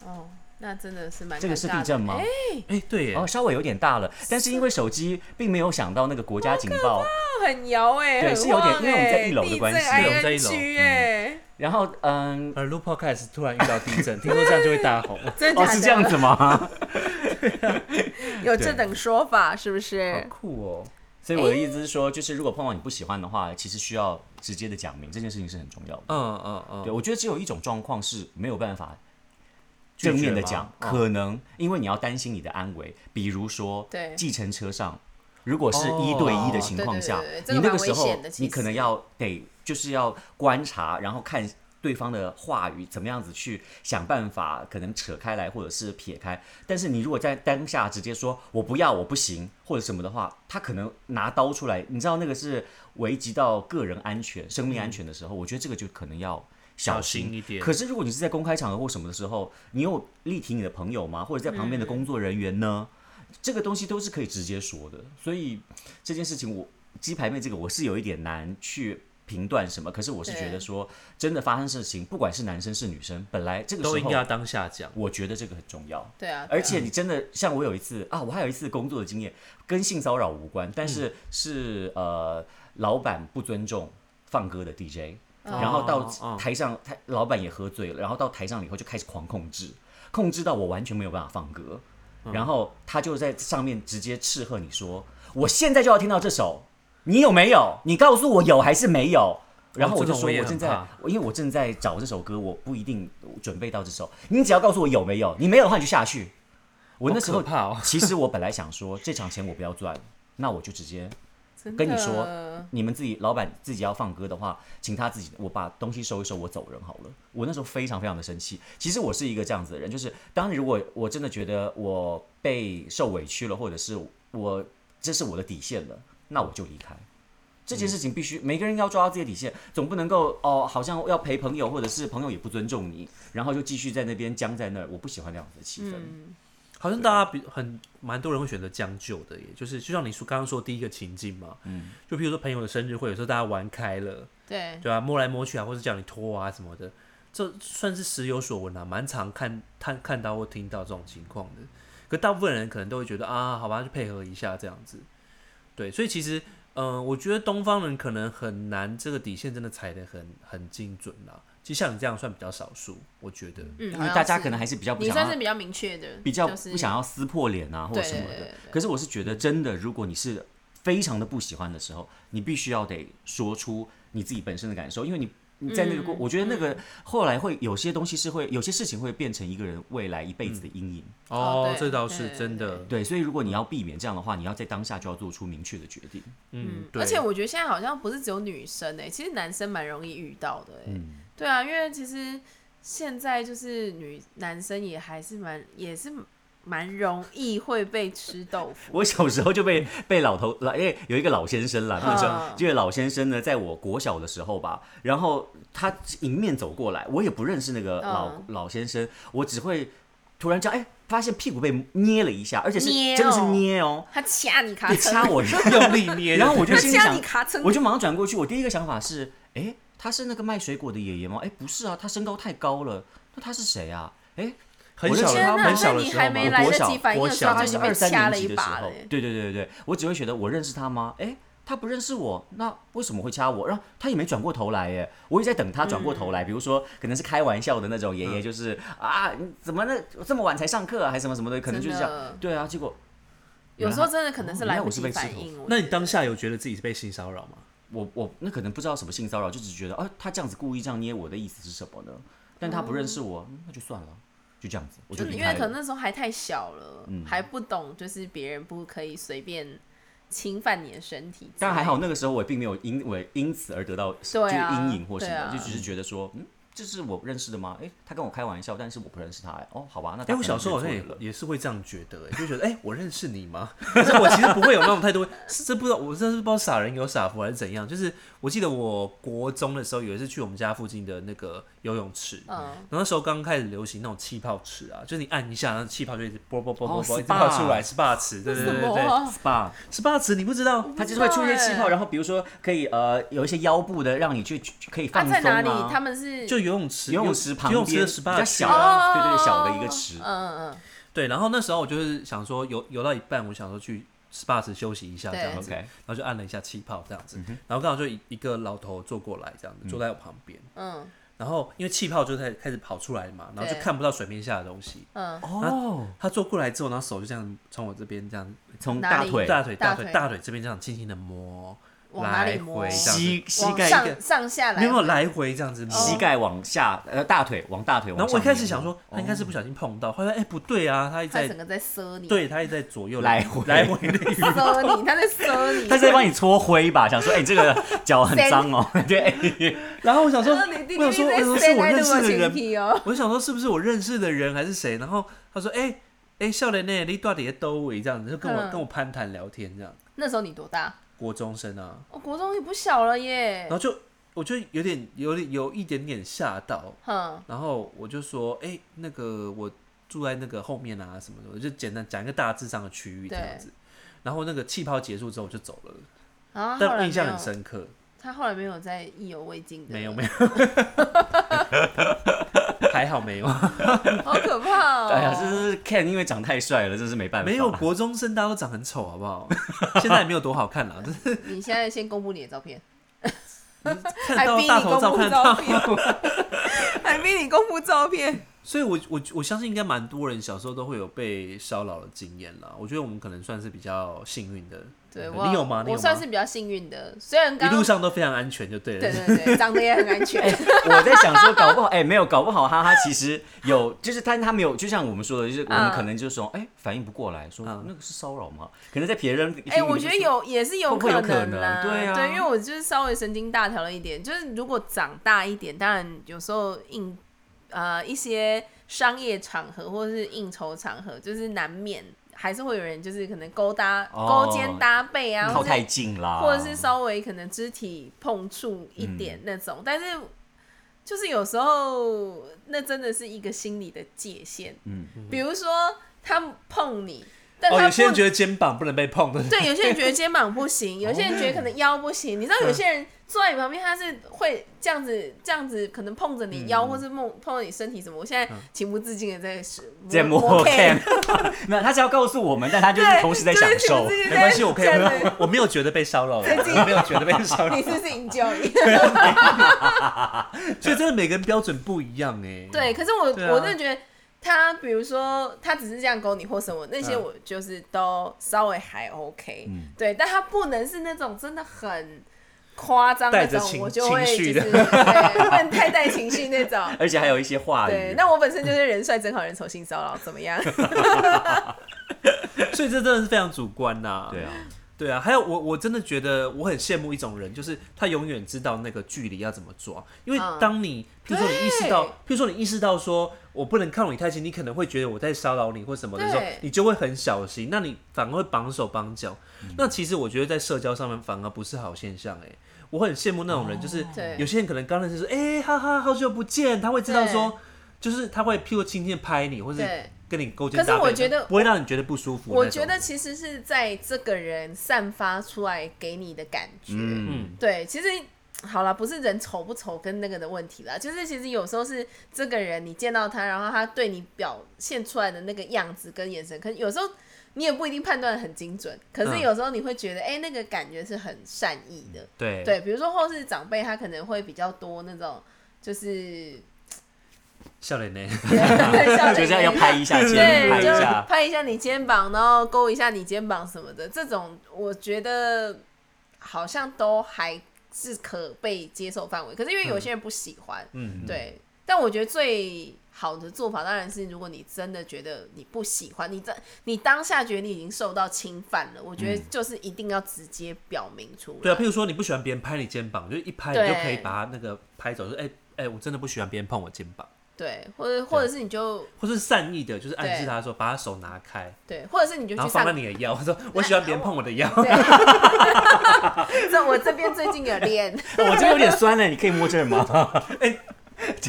[SPEAKER 3] 哦，那真的是蛮
[SPEAKER 2] 这个是
[SPEAKER 3] 尴尬
[SPEAKER 2] 地
[SPEAKER 3] 的
[SPEAKER 2] 震吗？
[SPEAKER 3] 哎
[SPEAKER 1] 哎，对耶
[SPEAKER 2] 哦，，稍微有点大了，但是因为手机并没有想到那个国家警报，
[SPEAKER 3] 很摇哎、
[SPEAKER 2] 对
[SPEAKER 3] 很
[SPEAKER 2] 是有点
[SPEAKER 3] 晃
[SPEAKER 2] 因为我们在
[SPEAKER 3] 欸
[SPEAKER 2] 一楼的
[SPEAKER 3] 地
[SPEAKER 2] 关系
[SPEAKER 3] 震
[SPEAKER 1] 对我们在一楼
[SPEAKER 3] ING 欸
[SPEAKER 2] 然后嗯，
[SPEAKER 1] 而 Lu Podcast 突然遇到地震，听说这样就会大红，
[SPEAKER 3] 真的
[SPEAKER 2] 哦
[SPEAKER 3] 假
[SPEAKER 2] 是
[SPEAKER 3] 的
[SPEAKER 2] 这样，子吗？
[SPEAKER 3] 有这等说法是不
[SPEAKER 1] 好
[SPEAKER 3] 是？
[SPEAKER 1] 酷哦！
[SPEAKER 2] 所以我的意思是说，就是如果碰到你不喜欢的话，其实需要直接的讲明这件事情是很重要的。
[SPEAKER 1] 嗯嗯嗯，
[SPEAKER 2] 对，我觉得只有一种状况是没有办法
[SPEAKER 1] 拒绝
[SPEAKER 2] 正面的
[SPEAKER 1] 吗
[SPEAKER 2] 讲，
[SPEAKER 1] 哦
[SPEAKER 2] 可能因为你要担心你的安危，比如说
[SPEAKER 3] 对
[SPEAKER 2] 计程车上，如果是
[SPEAKER 1] 哦
[SPEAKER 2] 一对一的情况下
[SPEAKER 3] 对对对对，这
[SPEAKER 2] 你
[SPEAKER 3] 个
[SPEAKER 2] 那个
[SPEAKER 3] 蛮
[SPEAKER 2] 时
[SPEAKER 3] 危
[SPEAKER 2] 候
[SPEAKER 3] 险的其
[SPEAKER 2] 你可能
[SPEAKER 3] 实
[SPEAKER 2] 要得就是要观察，然后看。对方的话语怎么样子去想办法，可能扯开来或者是撇开。但是你如果在当下直接说“我不要，我不行”或者什么的话，他可能拿刀出来，你知道那个是危及到个人安全、生命安全的时候，我觉得这个就可能要小
[SPEAKER 1] 心一点
[SPEAKER 2] 可是如果你是在公开场合或什么的时候，你有力挺你的朋友吗？或者在旁边的
[SPEAKER 1] 嗯
[SPEAKER 2] 工作人员呢？这个东西都是可以直接说的。所以这件事情我，鸡排妹这个我是有一点难去评断什么。可是我是觉得
[SPEAKER 3] 对
[SPEAKER 2] 说，真的发生事情，不管是男生是女生，本来这个
[SPEAKER 1] 都
[SPEAKER 2] 时
[SPEAKER 1] 应该
[SPEAKER 2] 候，
[SPEAKER 1] 当下讲。
[SPEAKER 2] 我觉得这个很重要。
[SPEAKER 3] 对啊，对
[SPEAKER 2] 而
[SPEAKER 3] 啊
[SPEAKER 2] 且你真的像我有一次啊，我还有一次工作的经验跟性骚扰无关，但
[SPEAKER 3] 嗯
[SPEAKER 2] 是是呃老板不尊重放歌的 DJ，然后到
[SPEAKER 1] 哦哦
[SPEAKER 2] 台上台老板也喝醉了，然后到台上了以后就开始狂控制，控制到我完全没有办法放歌，
[SPEAKER 1] 嗯
[SPEAKER 2] 然后他就在上面直接斥喝你说，我现在就要听到这首，你有没有？你告诉我有还是没有？然后我就
[SPEAKER 1] 哦这种
[SPEAKER 2] 说，
[SPEAKER 1] 我也
[SPEAKER 2] 我
[SPEAKER 1] 很
[SPEAKER 2] 正在
[SPEAKER 1] 怕，
[SPEAKER 2] 我因为我正在找这首歌，我不一定准备到这首。你只要告诉我有没有，你没有的话你就下去。我那时候
[SPEAKER 1] 好可怕哦
[SPEAKER 2] 其实我本来想说这场钱我不要赚，那我就直接
[SPEAKER 3] 真的
[SPEAKER 2] 跟你说，你们自己老板自己要放歌的话，请他自己，呃我把东西收一收，我走人好了。我那时候非常非常的生气。其实我是一个这样子的人，就是当如果我真的觉得我被受委屈了，或者是我这是我的底线了，那我就离开。这件事情必须每个人要抓到自己的底线，总不能够哦，好像要陪朋友，或者是朋友也不尊重你，然后就继续在那边僵在那儿。我不喜欢那样子的气氛。
[SPEAKER 3] 嗯
[SPEAKER 1] 好像大家比很蛮多人会选择将就的耶，就是就像你说刚刚说第一个情境嘛，嗯，就比如说朋友的生日会，有时候大家玩开了，
[SPEAKER 3] 对，
[SPEAKER 1] 对吧、摸来摸去啊，或者叫你脱啊什么的，这算是时有所闻啊，蛮常看看看到或听到这种情况的。可大部分人可能都会觉得啊，好吧，就配合一下这样子，对，所以其实，嗯、我觉得东方人可能很难这个底线真的踩得很很精准啦。其实像你这样算比较少数，我觉得。
[SPEAKER 3] 嗯，
[SPEAKER 2] 因
[SPEAKER 3] 好
[SPEAKER 2] 为
[SPEAKER 3] 像
[SPEAKER 2] 大家
[SPEAKER 3] 是
[SPEAKER 2] 可能还是比较不
[SPEAKER 3] 你
[SPEAKER 2] 想
[SPEAKER 3] 算
[SPEAKER 2] 要
[SPEAKER 3] 是比较明确的，
[SPEAKER 2] 比较
[SPEAKER 3] 就是
[SPEAKER 2] 不想要撕破脸啊，或者
[SPEAKER 3] 对
[SPEAKER 2] 什么
[SPEAKER 3] 对对
[SPEAKER 2] 的
[SPEAKER 3] 对。
[SPEAKER 2] 可是我是觉得，真的，如果你是非常的不喜欢的时候，你必须要得说出你自己本身的感受，因为你你在那个过，
[SPEAKER 3] 嗯
[SPEAKER 2] 我觉得那个后来会有些东西是会，有些事情会变成一个人未来一辈子的阴影。
[SPEAKER 1] 哦
[SPEAKER 3] 哦，
[SPEAKER 1] 这
[SPEAKER 3] 对
[SPEAKER 1] 倒
[SPEAKER 3] 对
[SPEAKER 1] 是
[SPEAKER 3] 对
[SPEAKER 1] 真的嗯
[SPEAKER 3] 对，
[SPEAKER 2] 对，所以如果你要避免这样的话，你要在当下就要做出明确的决定。
[SPEAKER 1] 嗯，对
[SPEAKER 3] 而且我觉得现在好像不是只有女生哎、其实男生蛮容易遇到的哎、
[SPEAKER 2] 嗯，
[SPEAKER 3] 对啊，因为其实现在就是女男生也还是蛮也是蛮容易会被吃豆腐。
[SPEAKER 2] 我小时候就被被老头老，因为有一个老先生啦，那个时候
[SPEAKER 3] 嗯
[SPEAKER 2] 这个老先生呢，在我国小的时候吧，然后他迎面走过来，我也不认识那个老、
[SPEAKER 3] 嗯
[SPEAKER 2] 老先生，我只会突然这样，哎，发现屁股被捏了一下，而且是
[SPEAKER 3] 捏哦
[SPEAKER 2] 真的是捏哦，
[SPEAKER 3] 他掐你卡
[SPEAKER 2] 也
[SPEAKER 3] 层，
[SPEAKER 2] 掐我，
[SPEAKER 1] 用力捏，
[SPEAKER 2] 然后我就
[SPEAKER 3] 他
[SPEAKER 2] 心里
[SPEAKER 3] 掐
[SPEAKER 2] 想
[SPEAKER 3] 你，卡层，
[SPEAKER 2] 我就马上转过去，我第一个想法是，哎，他是那个卖水果的爷爷吗？哎，不是啊，他身高太高了，那他是谁啊？哎，
[SPEAKER 1] 很
[SPEAKER 2] 我就
[SPEAKER 1] 小的
[SPEAKER 2] 觉
[SPEAKER 1] 时
[SPEAKER 3] 天
[SPEAKER 2] 得
[SPEAKER 1] 候，
[SPEAKER 3] 哪！
[SPEAKER 1] 很小
[SPEAKER 3] 所
[SPEAKER 1] 的
[SPEAKER 3] 以你
[SPEAKER 1] 时候
[SPEAKER 3] 还
[SPEAKER 1] 嘛
[SPEAKER 3] 没
[SPEAKER 2] 我
[SPEAKER 3] 来
[SPEAKER 2] 国
[SPEAKER 3] 得
[SPEAKER 2] 小
[SPEAKER 3] 及反应
[SPEAKER 1] 国
[SPEAKER 3] 的时候，
[SPEAKER 1] 小
[SPEAKER 3] 他
[SPEAKER 2] 他
[SPEAKER 3] 就是被
[SPEAKER 2] 二三
[SPEAKER 3] 掐了
[SPEAKER 2] 年
[SPEAKER 3] 一
[SPEAKER 2] 级的时
[SPEAKER 3] 把
[SPEAKER 2] 候
[SPEAKER 3] 嘞，。
[SPEAKER 2] 对对对对对，我只会觉得我认识他吗？哎，他不认识我，那为什么会掐我？然后他也没转过头来，耶，我也在等他转过
[SPEAKER 3] 嗯
[SPEAKER 2] 头来。比如说，可能是开玩笑的那种爷爷，就是、啊，你怎么那这么晚才上课、啊，还什么什么的，可能就是这
[SPEAKER 3] 真的
[SPEAKER 2] 样。对啊，结果
[SPEAKER 3] 有时候真的可能是
[SPEAKER 2] 哦原来
[SPEAKER 3] 来不
[SPEAKER 2] 我是
[SPEAKER 3] 及
[SPEAKER 2] 被吃
[SPEAKER 3] 反
[SPEAKER 2] 豆腐
[SPEAKER 3] 应。我
[SPEAKER 1] 那你
[SPEAKER 3] 觉得
[SPEAKER 1] 当下有觉得自己是被性骚扰吗？
[SPEAKER 2] 我我那可能不知道什么性骚扰，就只是觉得啊，他这样子故意这样捏我的意思是什么呢？但他不认识我，嗯那就算了，就这样子，我就
[SPEAKER 3] 哦就是
[SPEAKER 2] 离
[SPEAKER 3] 因为
[SPEAKER 2] 开
[SPEAKER 3] 可能
[SPEAKER 2] 了。嗯
[SPEAKER 3] 那时候还太小了，还不懂，就是别人不可以随便侵犯你的身体。
[SPEAKER 2] 但还好，那个时候我并没有因为因此而得到就
[SPEAKER 3] 对
[SPEAKER 2] 是
[SPEAKER 3] 啊
[SPEAKER 2] 阴影或什么，
[SPEAKER 3] 对啊
[SPEAKER 2] 就只是觉得说，嗯，这是我认识的吗？哎、他跟我开玩笑，但是我不认识他、哎哦，好吧，那
[SPEAKER 1] 哎、
[SPEAKER 2] 他
[SPEAKER 1] 我小时候好像也
[SPEAKER 2] 可能是做人了
[SPEAKER 1] 也是会这样觉得、哎，就觉得哎、我认识你吗？ 可是我其实不会有那种态度，是这不知道，我真的是不知道傻人有傻福还是怎样。就是我记得我国中的时候，有一次去我们家附近的那个游泳池，
[SPEAKER 3] 嗯，
[SPEAKER 1] 然后那时候刚开始流行那种气泡池啊，就是你按一下，然后气泡就一直啵啷啵啵啵啵
[SPEAKER 2] 哦
[SPEAKER 1] 一直泡
[SPEAKER 2] SPA
[SPEAKER 1] 出来，SPA 池，对对
[SPEAKER 3] 什
[SPEAKER 1] 对对
[SPEAKER 3] 么
[SPEAKER 1] 对
[SPEAKER 3] 啊？
[SPEAKER 2] SPA，
[SPEAKER 1] ，SPA 池你不知道？
[SPEAKER 2] 他就是会出一些气泡，
[SPEAKER 3] 欸
[SPEAKER 2] 然后比如说可以呃有一些腰部的，让你去去可以
[SPEAKER 3] 啊，
[SPEAKER 2] 放松
[SPEAKER 3] 在哪里？他
[SPEAKER 2] 们
[SPEAKER 3] 们是
[SPEAKER 1] 就游泳池，
[SPEAKER 2] 游泳池旁
[SPEAKER 1] 游
[SPEAKER 2] 边
[SPEAKER 1] 泳池的 SPA
[SPEAKER 2] 比较
[SPEAKER 1] 池
[SPEAKER 2] 小
[SPEAKER 1] 啊
[SPEAKER 3] 哦
[SPEAKER 2] 的，对对对，小的一个池
[SPEAKER 3] 嗯。嗯嗯，
[SPEAKER 1] 对，然后那时候我就是想说游游到一半，我想说去 SPA 池休息一下这
[SPEAKER 3] 对
[SPEAKER 1] 样子，
[SPEAKER 2] OK，嗯
[SPEAKER 1] 然后就按了一下气泡这样子，然后刚好就一一个老头坐过来这样子，坐在我旁边，
[SPEAKER 3] 嗯
[SPEAKER 1] 然后因为气泡就开开始跑出来嘛，然后就
[SPEAKER 3] 对
[SPEAKER 1] 看不到水面下的东西。
[SPEAKER 3] 嗯，
[SPEAKER 2] 哦，
[SPEAKER 1] 他坐过来之后，然后手就这样从我这边这样
[SPEAKER 2] 从
[SPEAKER 3] 哪
[SPEAKER 2] 大
[SPEAKER 3] 里
[SPEAKER 2] 腿
[SPEAKER 1] 大腿大
[SPEAKER 3] 大
[SPEAKER 1] 腿
[SPEAKER 3] 腿
[SPEAKER 1] 大腿这边这样轻轻的摸，
[SPEAKER 3] 往哪里
[SPEAKER 1] 来
[SPEAKER 3] 摸
[SPEAKER 1] 回？这样
[SPEAKER 2] 膝膝
[SPEAKER 3] 往
[SPEAKER 2] 盖
[SPEAKER 1] 一
[SPEAKER 3] 上
[SPEAKER 1] 个
[SPEAKER 3] 上下来，
[SPEAKER 1] 没有来回这样子摸。
[SPEAKER 3] 哦
[SPEAKER 2] 膝盖往下，呃，大腿往大腿往上面。
[SPEAKER 1] 然后我一开始想说他应该是不小心碰到，后来哎不对啊，他一直
[SPEAKER 3] 他
[SPEAKER 1] 在
[SPEAKER 3] 整个在塞你，
[SPEAKER 1] 对他一直在左右
[SPEAKER 2] 来回
[SPEAKER 1] 来回的
[SPEAKER 3] 塞你，他在塞 你，
[SPEAKER 2] 他是在帮你搓灰吧，想说，哎、你这个脚很脏哦， 对，
[SPEAKER 1] 然后我想说，
[SPEAKER 3] 然后你弟
[SPEAKER 1] 我想
[SPEAKER 3] 弟
[SPEAKER 1] 说，我
[SPEAKER 3] 在
[SPEAKER 1] 想说是我
[SPEAKER 3] 塞
[SPEAKER 1] 认
[SPEAKER 3] 那
[SPEAKER 1] 识的
[SPEAKER 3] 个前
[SPEAKER 1] 人，
[SPEAKER 3] 提哦，
[SPEAKER 1] 我想说是不是我认识的人还是谁？然后他说，哎、哎，笑脸呢？你到底在兜尾这样子，就跟我、
[SPEAKER 3] 嗯
[SPEAKER 1] 跟我攀谈聊天这样，
[SPEAKER 3] 那时候你多大？哦
[SPEAKER 1] 国中生啊，
[SPEAKER 3] 我国中也不小了
[SPEAKER 1] 然
[SPEAKER 3] 耶
[SPEAKER 1] 后，就我就有点有点有一点点吓到，
[SPEAKER 3] 哼，
[SPEAKER 1] 然后我就说，哎、那个我住在那个后面啊什么的，我就简单讲一个大致上的区域这
[SPEAKER 3] 对
[SPEAKER 1] 样子。然后那个气泡结束之后我就走了，
[SPEAKER 3] 然啊后他后
[SPEAKER 1] 但
[SPEAKER 3] 来
[SPEAKER 1] 我
[SPEAKER 3] 没
[SPEAKER 1] 印象很
[SPEAKER 3] 有，
[SPEAKER 1] 深刻。
[SPEAKER 3] 他后来没有再意犹未尽的，
[SPEAKER 1] 没有没有，还好没有
[SPEAKER 3] 有，好可怕哦！
[SPEAKER 2] 哎
[SPEAKER 1] 啊
[SPEAKER 2] 呀，这是 Ken 因为长太帅了，真是没办法。
[SPEAKER 1] 没有，国中生大家都长很丑，好不好？现在也没有多好看 啦，就是
[SPEAKER 3] 你现在先公布你的照片，
[SPEAKER 1] 看
[SPEAKER 3] 还
[SPEAKER 1] 到
[SPEAKER 3] 逼
[SPEAKER 1] 大
[SPEAKER 3] 你
[SPEAKER 1] 头
[SPEAKER 3] 公
[SPEAKER 1] 照
[SPEAKER 3] 布
[SPEAKER 1] 看
[SPEAKER 3] 照
[SPEAKER 1] 到，
[SPEAKER 3] 片， 还逼你公布照片，
[SPEAKER 1] 所以我我我相信应该蛮多人小时候都会有被骚扰的经验啦。我觉得我们可能算是比较幸运的，
[SPEAKER 3] 对我
[SPEAKER 1] 你有吗？你有
[SPEAKER 3] 我
[SPEAKER 1] 吗
[SPEAKER 3] 算是比较幸运的，虽然
[SPEAKER 1] 一
[SPEAKER 3] 刚
[SPEAKER 1] 路
[SPEAKER 3] 刚
[SPEAKER 1] 上哎都非常安全就对了。
[SPEAKER 3] 对对对，长得也很安全，
[SPEAKER 2] 我在想说，搞不好哎、没有，搞不好哈哈，其实有，就是但他没有，就像我们说的，就是我们
[SPEAKER 3] 嗯
[SPEAKER 2] 可能就说，哎、反应不过来，说、
[SPEAKER 1] 嗯
[SPEAKER 2] 那个是骚扰吗？可能在别人
[SPEAKER 3] 哎、我觉得有也是
[SPEAKER 2] 会
[SPEAKER 3] 有
[SPEAKER 2] 不会有可
[SPEAKER 3] 能啦，
[SPEAKER 2] 能对啊
[SPEAKER 3] 因为我就是稍微神经大条了一点，就是如果长大一点，当然有时候应呃一些商业场合或者是应酬场合，就是难免还是会有人就是可能勾搭、
[SPEAKER 2] 哦
[SPEAKER 3] 勾肩搭背啊，
[SPEAKER 2] 靠
[SPEAKER 3] 或
[SPEAKER 2] 太
[SPEAKER 3] 者
[SPEAKER 2] 近啦，
[SPEAKER 3] 或者是稍微可能肢体碰触一
[SPEAKER 2] 嗯
[SPEAKER 3] 点那种，但是就是有时候那真的是一个心理的界限，
[SPEAKER 2] 嗯，
[SPEAKER 3] 比如说他碰你。但他
[SPEAKER 1] 哦，
[SPEAKER 3] 不
[SPEAKER 1] 有些人觉得肩膀不能被碰的，
[SPEAKER 3] 对，有些人觉得肩膀不行，有些人觉得可
[SPEAKER 1] 哦
[SPEAKER 3] 能腰不行。你知道，
[SPEAKER 1] 啊
[SPEAKER 3] 有些人坐在你旁边，他是会这样子、这样子，可能碰着你腰，
[SPEAKER 1] 嗯
[SPEAKER 3] 或是碰碰着你身体什么。我现在情不自禁的在使
[SPEAKER 2] 在摸
[SPEAKER 3] 摸
[SPEAKER 2] Ken，没 有，他是要告诉我们，但他就是
[SPEAKER 3] 对
[SPEAKER 2] 同时在享
[SPEAKER 3] 就是情
[SPEAKER 2] 受
[SPEAKER 3] 不。自禁
[SPEAKER 1] 没关系，
[SPEAKER 3] 在
[SPEAKER 1] 我可以，
[SPEAKER 3] 这样子
[SPEAKER 1] 我我没有觉得被骚扰，我没有觉得被骚扰
[SPEAKER 3] 你，是不是 enjoy？
[SPEAKER 1] 所以真的每个人标准不一样哎。
[SPEAKER 3] 对，可是我、
[SPEAKER 1] 对啊
[SPEAKER 3] 我真的觉得他，比如说他只是这样勾你或什么，那些
[SPEAKER 1] 嗯
[SPEAKER 3] 我就是都稍微还 OK，、
[SPEAKER 2] 嗯
[SPEAKER 3] 对，但他不能是那种真的很。夸张那
[SPEAKER 1] 带着
[SPEAKER 3] 种，
[SPEAKER 1] 情
[SPEAKER 3] 我就会
[SPEAKER 1] 情
[SPEAKER 3] 就
[SPEAKER 1] 绪
[SPEAKER 3] 是
[SPEAKER 1] 的
[SPEAKER 3] 对，不能太带情绪那种。
[SPEAKER 2] 而且还有一些话
[SPEAKER 3] 对，
[SPEAKER 2] 语，
[SPEAKER 3] 那我本身就是人帅真好人丑性骚 扰，怎么样？
[SPEAKER 1] 所以这真的是非常主观呐。
[SPEAKER 2] 对啊，
[SPEAKER 1] 对啊，还有我我真的觉得我很羡慕一种人，就是他永远知道那个距离要怎么抓，因为
[SPEAKER 3] 嗯
[SPEAKER 1] 当你，譬如说你意识到，
[SPEAKER 3] 对
[SPEAKER 1] 譬如说你意识到说我不能靠你太近，你可能会觉得我在骚扰你或什么的时候
[SPEAKER 3] 对，
[SPEAKER 1] 你就会很小心，那你反而会绑手绑脚。那其实我觉得在社交上面反而不是好现象哎、我很羡慕那种人，就是
[SPEAKER 3] 哦对
[SPEAKER 1] 有些人可能刚认识说，哎、哈哈，好久不见，他会知道
[SPEAKER 3] 对
[SPEAKER 1] 说，就是他会譬如轻轻拍你，或是
[SPEAKER 3] 对
[SPEAKER 1] 跟你勾肩搭背，
[SPEAKER 3] 可是我觉得
[SPEAKER 1] 不会让你觉得不舒服那种。
[SPEAKER 3] 我觉得其实是在这个人散发出来给你的感觉。
[SPEAKER 2] 嗯，
[SPEAKER 3] 对，其实好了，不是人丑不丑跟那个的问题啦，就是其实有时候是这个人你见到他，然后他对你表现出来的那个样子跟眼神，可是有时候你也不一定判断得很精准，可是
[SPEAKER 1] 嗯
[SPEAKER 3] 有时候你会觉得，哎、那个感觉是很善意的。
[SPEAKER 2] 嗯
[SPEAKER 1] 对
[SPEAKER 3] 对，比如说后世长辈，他可能会比较多那种，就是
[SPEAKER 1] 笑脸呢。
[SPEAKER 3] 笑
[SPEAKER 2] 就
[SPEAKER 3] 脸
[SPEAKER 2] 是要要拍一下肩，拍
[SPEAKER 3] 对，
[SPEAKER 2] 一
[SPEAKER 3] 就
[SPEAKER 2] 下，
[SPEAKER 3] 拍一下你肩膀，然后勾一下你肩膀什么的，这种我觉得好像都还是可被接受范围。可是因为有些人不喜欢，
[SPEAKER 1] 嗯，
[SPEAKER 3] 对。但我觉得最好的做法当然是，如果你真的觉得你不喜欢，你在你当下觉得你已经受到侵犯了，我觉得就是一定要直接表明出来。
[SPEAKER 1] 对啊，譬如说你不喜欢别人拍你肩膀，就一拍你
[SPEAKER 3] 对
[SPEAKER 1] 就可以把他那个拍走，说哎哎，我真的不喜欢别人碰我肩膀，
[SPEAKER 3] 对，或者或者是你就
[SPEAKER 1] 或是善意的，就是暗示
[SPEAKER 3] 对
[SPEAKER 1] 他说把他手拿开，
[SPEAKER 3] 对，或者是你就
[SPEAKER 1] 然后
[SPEAKER 3] 去
[SPEAKER 1] 放
[SPEAKER 3] 上
[SPEAKER 1] 在你的腰，说我喜欢别人碰我的腰，
[SPEAKER 3] 这我这边最近有练，
[SPEAKER 2] 我这边有点酸了，你可以摸这儿 吗？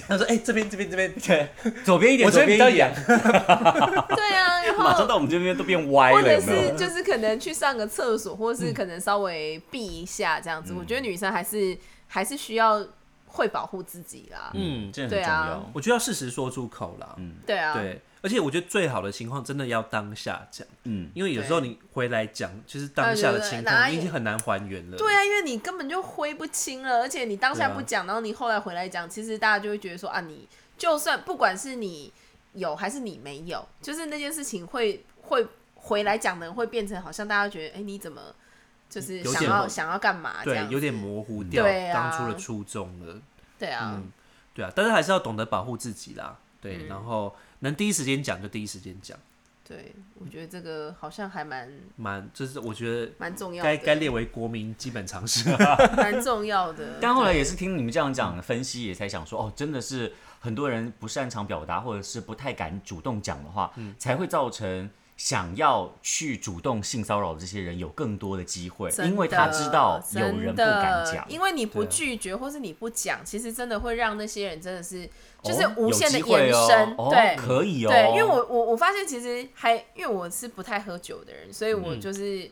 [SPEAKER 1] 他说哎这边这边这边，对，
[SPEAKER 2] 左边一点，
[SPEAKER 1] 我这
[SPEAKER 2] 左
[SPEAKER 1] 边比较
[SPEAKER 2] 边一
[SPEAKER 1] 痒
[SPEAKER 2] 点，，
[SPEAKER 3] 对啊，然
[SPEAKER 2] 马上
[SPEAKER 3] 后
[SPEAKER 2] 到我们这边都变歪
[SPEAKER 3] 或
[SPEAKER 2] 了，
[SPEAKER 3] 者
[SPEAKER 2] 有没有
[SPEAKER 3] 是？就是可能去上个厕所，或
[SPEAKER 1] 嗯
[SPEAKER 3] 是可能稍微避一下这样子。我觉得女生还是还是需要会保护自己啦。
[SPEAKER 1] 嗯，
[SPEAKER 2] 这很
[SPEAKER 3] 对
[SPEAKER 2] 重
[SPEAKER 3] 啊
[SPEAKER 2] 要。
[SPEAKER 1] 我觉得要适时说出口啦，
[SPEAKER 3] 对啊，
[SPEAKER 1] 对，而且我觉得最好的情况真的要当下讲，
[SPEAKER 2] 嗯，
[SPEAKER 1] 因为有时候你回来讲，就是当下的情
[SPEAKER 3] 哎对对哪
[SPEAKER 1] 况
[SPEAKER 3] 里
[SPEAKER 1] 你已经很难还原了，
[SPEAKER 3] 对啊，因为你根本就挥不清了，而且你当下
[SPEAKER 1] 对啊
[SPEAKER 3] 不讲，然后你后来回来讲，其实大家就会觉得说啊，你就算不管是你有还是你没有，就是那件事情会会回来讲的人会变成好像大家觉得，哎、你怎么就是
[SPEAKER 1] 有
[SPEAKER 3] 想
[SPEAKER 1] 点
[SPEAKER 3] 要想要干嘛这
[SPEAKER 1] 对
[SPEAKER 3] 样，子？
[SPEAKER 1] 有点模糊掉
[SPEAKER 3] 对啊
[SPEAKER 1] 当初的初衷了。
[SPEAKER 3] 对啊，
[SPEAKER 1] 嗯对啊，但是还是要懂得保护自己啦。对，然后能第一时间讲就第一时间讲，
[SPEAKER 3] 对，我觉得这个好像还蛮
[SPEAKER 1] 蛮就是我觉得
[SPEAKER 3] 蛮重要的，
[SPEAKER 1] 该该列为国民基本常识。啊
[SPEAKER 3] 蛮重要的。
[SPEAKER 2] 但后来也是听你们这样讲分析，也才想说，哦，真的是很多人不擅长表达，或者是不太敢主动讲的话，才会造成想要去主动性骚扰的这些人有更多的机会，
[SPEAKER 3] 真的
[SPEAKER 2] 因为他知道有人
[SPEAKER 3] 真
[SPEAKER 2] 不敢
[SPEAKER 3] 的
[SPEAKER 2] 讲。
[SPEAKER 3] 因为你不
[SPEAKER 1] 对啊
[SPEAKER 3] 拒绝或是你不讲，其实真的会让那些人真的是
[SPEAKER 2] 哦
[SPEAKER 3] 就是无限的
[SPEAKER 2] 有机会
[SPEAKER 3] 延伸，
[SPEAKER 2] 哦、
[SPEAKER 3] 对
[SPEAKER 2] 哦、。可以哦，
[SPEAKER 3] 对，因为我我我发现其实还因为我是不太喝酒的人，所以
[SPEAKER 2] 嗯
[SPEAKER 3] 我就是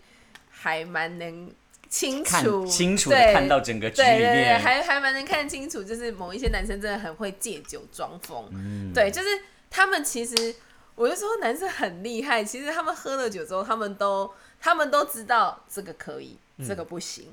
[SPEAKER 3] 还蛮能清
[SPEAKER 2] 看
[SPEAKER 3] 楚
[SPEAKER 2] 清楚的
[SPEAKER 3] 对
[SPEAKER 2] 看到整个局
[SPEAKER 3] 对
[SPEAKER 2] 里
[SPEAKER 3] 对对，
[SPEAKER 2] 面，
[SPEAKER 3] 还还蛮能看清楚，就是某一些男生真的很会借酒装疯，对，就是他们其实我就说男生很厉害，其实他们喝了酒之后，他们都他们都知道这个可以，这个不行，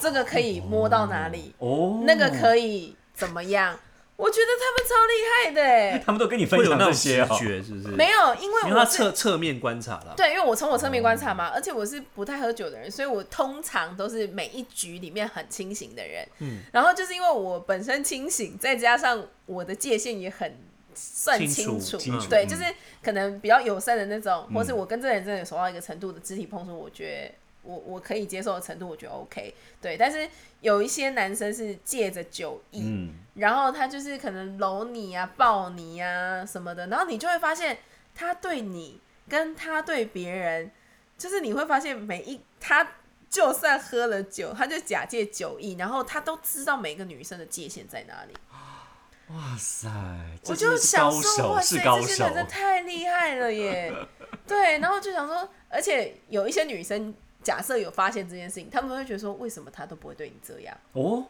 [SPEAKER 3] 这个可以摸到哪里，
[SPEAKER 2] 哦，
[SPEAKER 3] 那个可以怎么样？我觉得他们超厉害的 欸，
[SPEAKER 2] 他们都跟你分
[SPEAKER 1] 会有
[SPEAKER 2] 享
[SPEAKER 1] 那
[SPEAKER 2] 这
[SPEAKER 1] 种
[SPEAKER 2] 些
[SPEAKER 1] 直
[SPEAKER 2] 哦。
[SPEAKER 1] 觉，是不是？
[SPEAKER 3] 没有，因为
[SPEAKER 1] 啊因为他
[SPEAKER 3] 我是
[SPEAKER 1] 侧侧面观察了，
[SPEAKER 3] 对，因为我从我侧面观察嘛，而且我是不太喝酒的人，所以我通常都是每一局里面很清醒的人。嗯，然后就是因为我本身清醒，再加上我的界限也很算
[SPEAKER 1] 清
[SPEAKER 3] 清
[SPEAKER 1] 楚
[SPEAKER 3] 楚，
[SPEAKER 1] 清楚
[SPEAKER 3] 对，
[SPEAKER 2] 嗯
[SPEAKER 3] 就是可能比较友善的那种，或是我跟这个人真的有熟到一个程度的肢体碰触，我觉得。我我可以接受的程度，我觉得 OK，对。但是有一些男生是借着酒意，
[SPEAKER 2] 嗯，
[SPEAKER 3] 然后他就是可能搂你啊、抱你啊什么的，然后你就会发现他对你跟他对别人，就是你会发现每一他就算喝了酒，他就假借酒意，然后他都知道每个女生的界限在哪里。
[SPEAKER 2] 哇塞，
[SPEAKER 3] 我
[SPEAKER 2] 这真
[SPEAKER 3] 就
[SPEAKER 2] 的是
[SPEAKER 3] 想
[SPEAKER 2] 高
[SPEAKER 3] 说，哇
[SPEAKER 2] 手
[SPEAKER 3] 塞，
[SPEAKER 2] 是高
[SPEAKER 3] 这些
[SPEAKER 2] 手
[SPEAKER 3] 男，生太厉害了 耶！对，然后就想说，而且有一些女生假设有发现这件事情，他们会觉得说，为什么他都不会对你这样？
[SPEAKER 2] 哦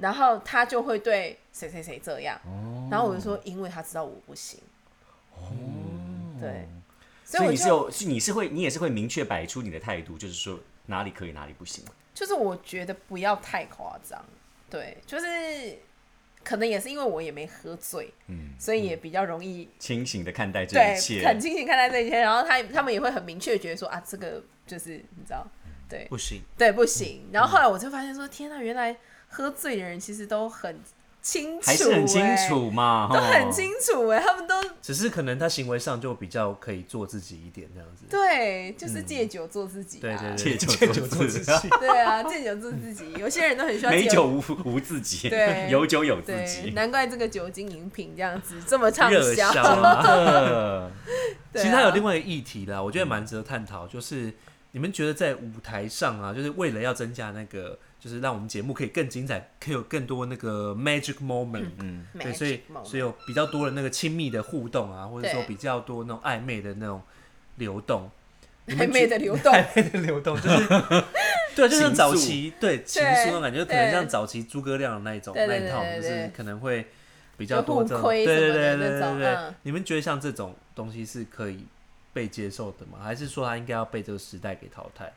[SPEAKER 3] 然后他就会对谁谁谁这样。
[SPEAKER 2] 哦
[SPEAKER 3] 然后我就说，因为他知道我不行，对，所
[SPEAKER 2] 所
[SPEAKER 3] 以
[SPEAKER 2] 以
[SPEAKER 3] 我
[SPEAKER 2] 你是
[SPEAKER 3] 就
[SPEAKER 2] 有，是你是会，你也是会明确摆出你的态度，就是说哪里可以，哪里不行。
[SPEAKER 3] 就是我觉得不要太夸张，对，就是可能也是因为我也没喝醉，
[SPEAKER 2] 嗯，
[SPEAKER 3] 所以也比较容易
[SPEAKER 2] 清醒的看待这一
[SPEAKER 3] 对很
[SPEAKER 2] 切。
[SPEAKER 3] 清醒看待这一切，然后他他们也会很明确觉得说啊，这个就是你知道，对
[SPEAKER 1] 不行，
[SPEAKER 3] 对不行。然后后来我就发现说，天呐，原来喝醉的人其实都很清楚、欸，
[SPEAKER 2] 还是很清。楚哦嘛，
[SPEAKER 3] 都很
[SPEAKER 2] 齁
[SPEAKER 3] 清楚哎、他们都
[SPEAKER 1] 只是可能他行为上就比较可以做自己一点这样子。
[SPEAKER 3] 对，就是借酒做自己、啊
[SPEAKER 1] 嗯对对
[SPEAKER 2] 借
[SPEAKER 1] 对，
[SPEAKER 2] 酒做
[SPEAKER 1] 做
[SPEAKER 2] 自
[SPEAKER 1] 自
[SPEAKER 2] 己
[SPEAKER 1] 己。
[SPEAKER 3] 对啊，借酒助自己，有些人都很需要
[SPEAKER 2] 没
[SPEAKER 3] 借
[SPEAKER 2] 酒无无自己，
[SPEAKER 3] 对
[SPEAKER 2] 有酒有自
[SPEAKER 3] 对，
[SPEAKER 2] 己。
[SPEAKER 3] 难怪这个酒精饮品这样子这么畅
[SPEAKER 1] 热
[SPEAKER 3] 销。
[SPEAKER 1] 销啊！
[SPEAKER 2] 呃
[SPEAKER 1] 其
[SPEAKER 3] 对啊
[SPEAKER 1] 实它有另外一个议题啦，我觉得蛮值得探讨，就是你们觉得在舞台上啊，就是为了要增加那个，就是让我们节目可以更精彩，可以有更多那个 magic moment，
[SPEAKER 2] 嗯，
[SPEAKER 1] 对，所以
[SPEAKER 3] Magic moment
[SPEAKER 1] 所以有比较多的那个亲密的互动啊，或者说
[SPEAKER 3] 对
[SPEAKER 1] 比较多那种暧昧的那种流动，你
[SPEAKER 3] 暧
[SPEAKER 1] 们
[SPEAKER 3] 昧
[SPEAKER 1] 觉
[SPEAKER 3] 的 流动，
[SPEAKER 1] 暧昧的流动，就是对，就像早期对情书那种感觉，就可能
[SPEAKER 3] 对
[SPEAKER 1] 像早期诸葛亮的那一种
[SPEAKER 3] 对
[SPEAKER 1] 那
[SPEAKER 3] 对
[SPEAKER 1] 一套，
[SPEAKER 3] 对
[SPEAKER 1] 就
[SPEAKER 3] 对
[SPEAKER 1] 是
[SPEAKER 3] 对
[SPEAKER 1] 可能会比较多这
[SPEAKER 3] 就
[SPEAKER 1] 种，
[SPEAKER 3] 互亏
[SPEAKER 1] 对对
[SPEAKER 3] 什么
[SPEAKER 1] 对
[SPEAKER 3] 的
[SPEAKER 1] 对
[SPEAKER 3] 那
[SPEAKER 1] 对
[SPEAKER 3] 种
[SPEAKER 1] 对
[SPEAKER 3] 嗯。
[SPEAKER 1] 你们觉得像这种东西是可以被接受的吗？还是说它应该要被这个时代给淘汰？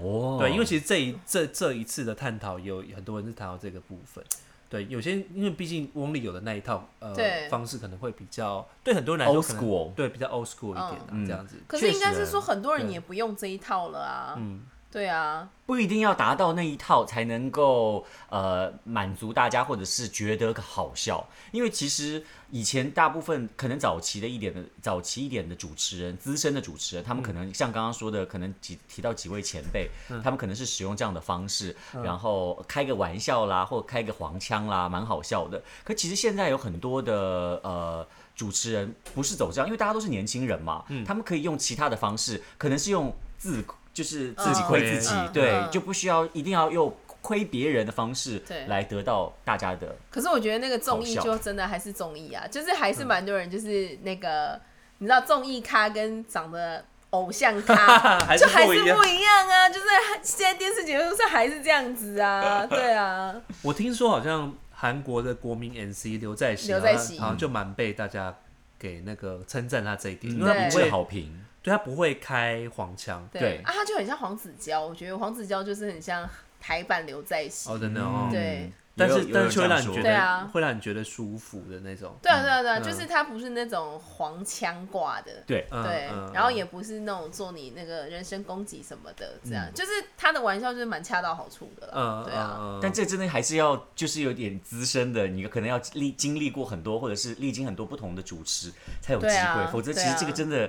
[SPEAKER 2] 哦
[SPEAKER 1] 对，因为其实这一这这一次的探讨，有很多人是谈到这个部分。对，有些因为毕竟翁立友的那一套呃
[SPEAKER 3] 对
[SPEAKER 1] 方式可能会比较对很多人来说
[SPEAKER 2] old
[SPEAKER 1] 可能
[SPEAKER 2] school 哦
[SPEAKER 1] 对比较 old school 一点啊，
[SPEAKER 2] 嗯
[SPEAKER 1] 这 样子。
[SPEAKER 3] 可是应该
[SPEAKER 2] 确
[SPEAKER 3] 是
[SPEAKER 2] 实
[SPEAKER 3] 说很多人
[SPEAKER 1] 啊对
[SPEAKER 3] 也不用这一套了啊。
[SPEAKER 1] 嗯，
[SPEAKER 3] 对啊，
[SPEAKER 2] 不一定要达到那一套才能够呃满足大家，或者是觉得好笑。因为其实以前大部分可能早期的一点的早期一点的主持人，资深的主持人，他们可能像刚刚说的，可能几提到几位前辈，他们可能是使用这样的方式，然后开个玩笑啦，或开个黄腔啦，蛮好笑的。可其实现在有很多的呃。主持人不是走这样，因为大家都是年轻人嘛，他们可以用其他的方式，可能是用自就是自己
[SPEAKER 3] 嗯
[SPEAKER 2] 亏自己，
[SPEAKER 3] 嗯
[SPEAKER 2] 对，
[SPEAKER 3] 嗯
[SPEAKER 2] 就不需要一定要用亏别人的方式
[SPEAKER 3] 对
[SPEAKER 2] 来得到大家的
[SPEAKER 3] 可是我觉得那个综艺
[SPEAKER 2] 好笑
[SPEAKER 3] 就真的还是综艺啊，就是还
[SPEAKER 1] 嗯
[SPEAKER 3] 是蛮多人就是那个，你知道综艺咖跟长得 偶像咖。
[SPEAKER 1] 还
[SPEAKER 3] 就还
[SPEAKER 1] 不
[SPEAKER 3] 是
[SPEAKER 1] 一样
[SPEAKER 3] 不。一样啊！就是现在电视节目上还是这样 子啊，对啊，
[SPEAKER 1] 我听说好像韩国的国民 MC 刘在熙，
[SPEAKER 3] 刘在熙
[SPEAKER 1] 好像
[SPEAKER 2] 嗯
[SPEAKER 1] 就蛮被大家给那个称赞他这一点，因
[SPEAKER 2] 因
[SPEAKER 1] 为
[SPEAKER 2] 为
[SPEAKER 1] 他
[SPEAKER 2] 一
[SPEAKER 1] 不
[SPEAKER 2] 致
[SPEAKER 1] 会，
[SPEAKER 2] 好评。
[SPEAKER 1] 对他不会开黄腔。
[SPEAKER 2] 对
[SPEAKER 3] 啊，他就很像黄子佼，我觉得黄子佼就是很像台版刘在熙，
[SPEAKER 1] 哦，真的哦。
[SPEAKER 2] 嗯
[SPEAKER 3] 对，
[SPEAKER 1] 但
[SPEAKER 2] 有
[SPEAKER 1] 是
[SPEAKER 2] 有有
[SPEAKER 1] 但是会
[SPEAKER 2] 人这
[SPEAKER 1] 让
[SPEAKER 2] 样
[SPEAKER 1] 你
[SPEAKER 2] 说
[SPEAKER 1] 觉
[SPEAKER 3] 对
[SPEAKER 1] 得
[SPEAKER 3] 啊
[SPEAKER 1] 会让你觉得舒服的那种。
[SPEAKER 3] 对啊，对啊，对啊，
[SPEAKER 1] 嗯
[SPEAKER 3] 就是他不是那种黄腔挂的，
[SPEAKER 2] 对，
[SPEAKER 1] 嗯
[SPEAKER 3] 对
[SPEAKER 1] 嗯，
[SPEAKER 3] 然后也不是那种做你那个人身攻击什么的，这
[SPEAKER 2] 嗯
[SPEAKER 3] 样就是他的玩笑就是蛮恰到好处的啦，
[SPEAKER 1] 嗯
[SPEAKER 3] 对啊，
[SPEAKER 1] 嗯，，
[SPEAKER 2] 但这真的还是要就是有点资深的，你可能要历经历过很多，或者是历经很多不同的主持才有机
[SPEAKER 3] 对啊
[SPEAKER 2] 会，否则其
[SPEAKER 3] 对
[SPEAKER 2] 实
[SPEAKER 3] 啊
[SPEAKER 2] 这个真的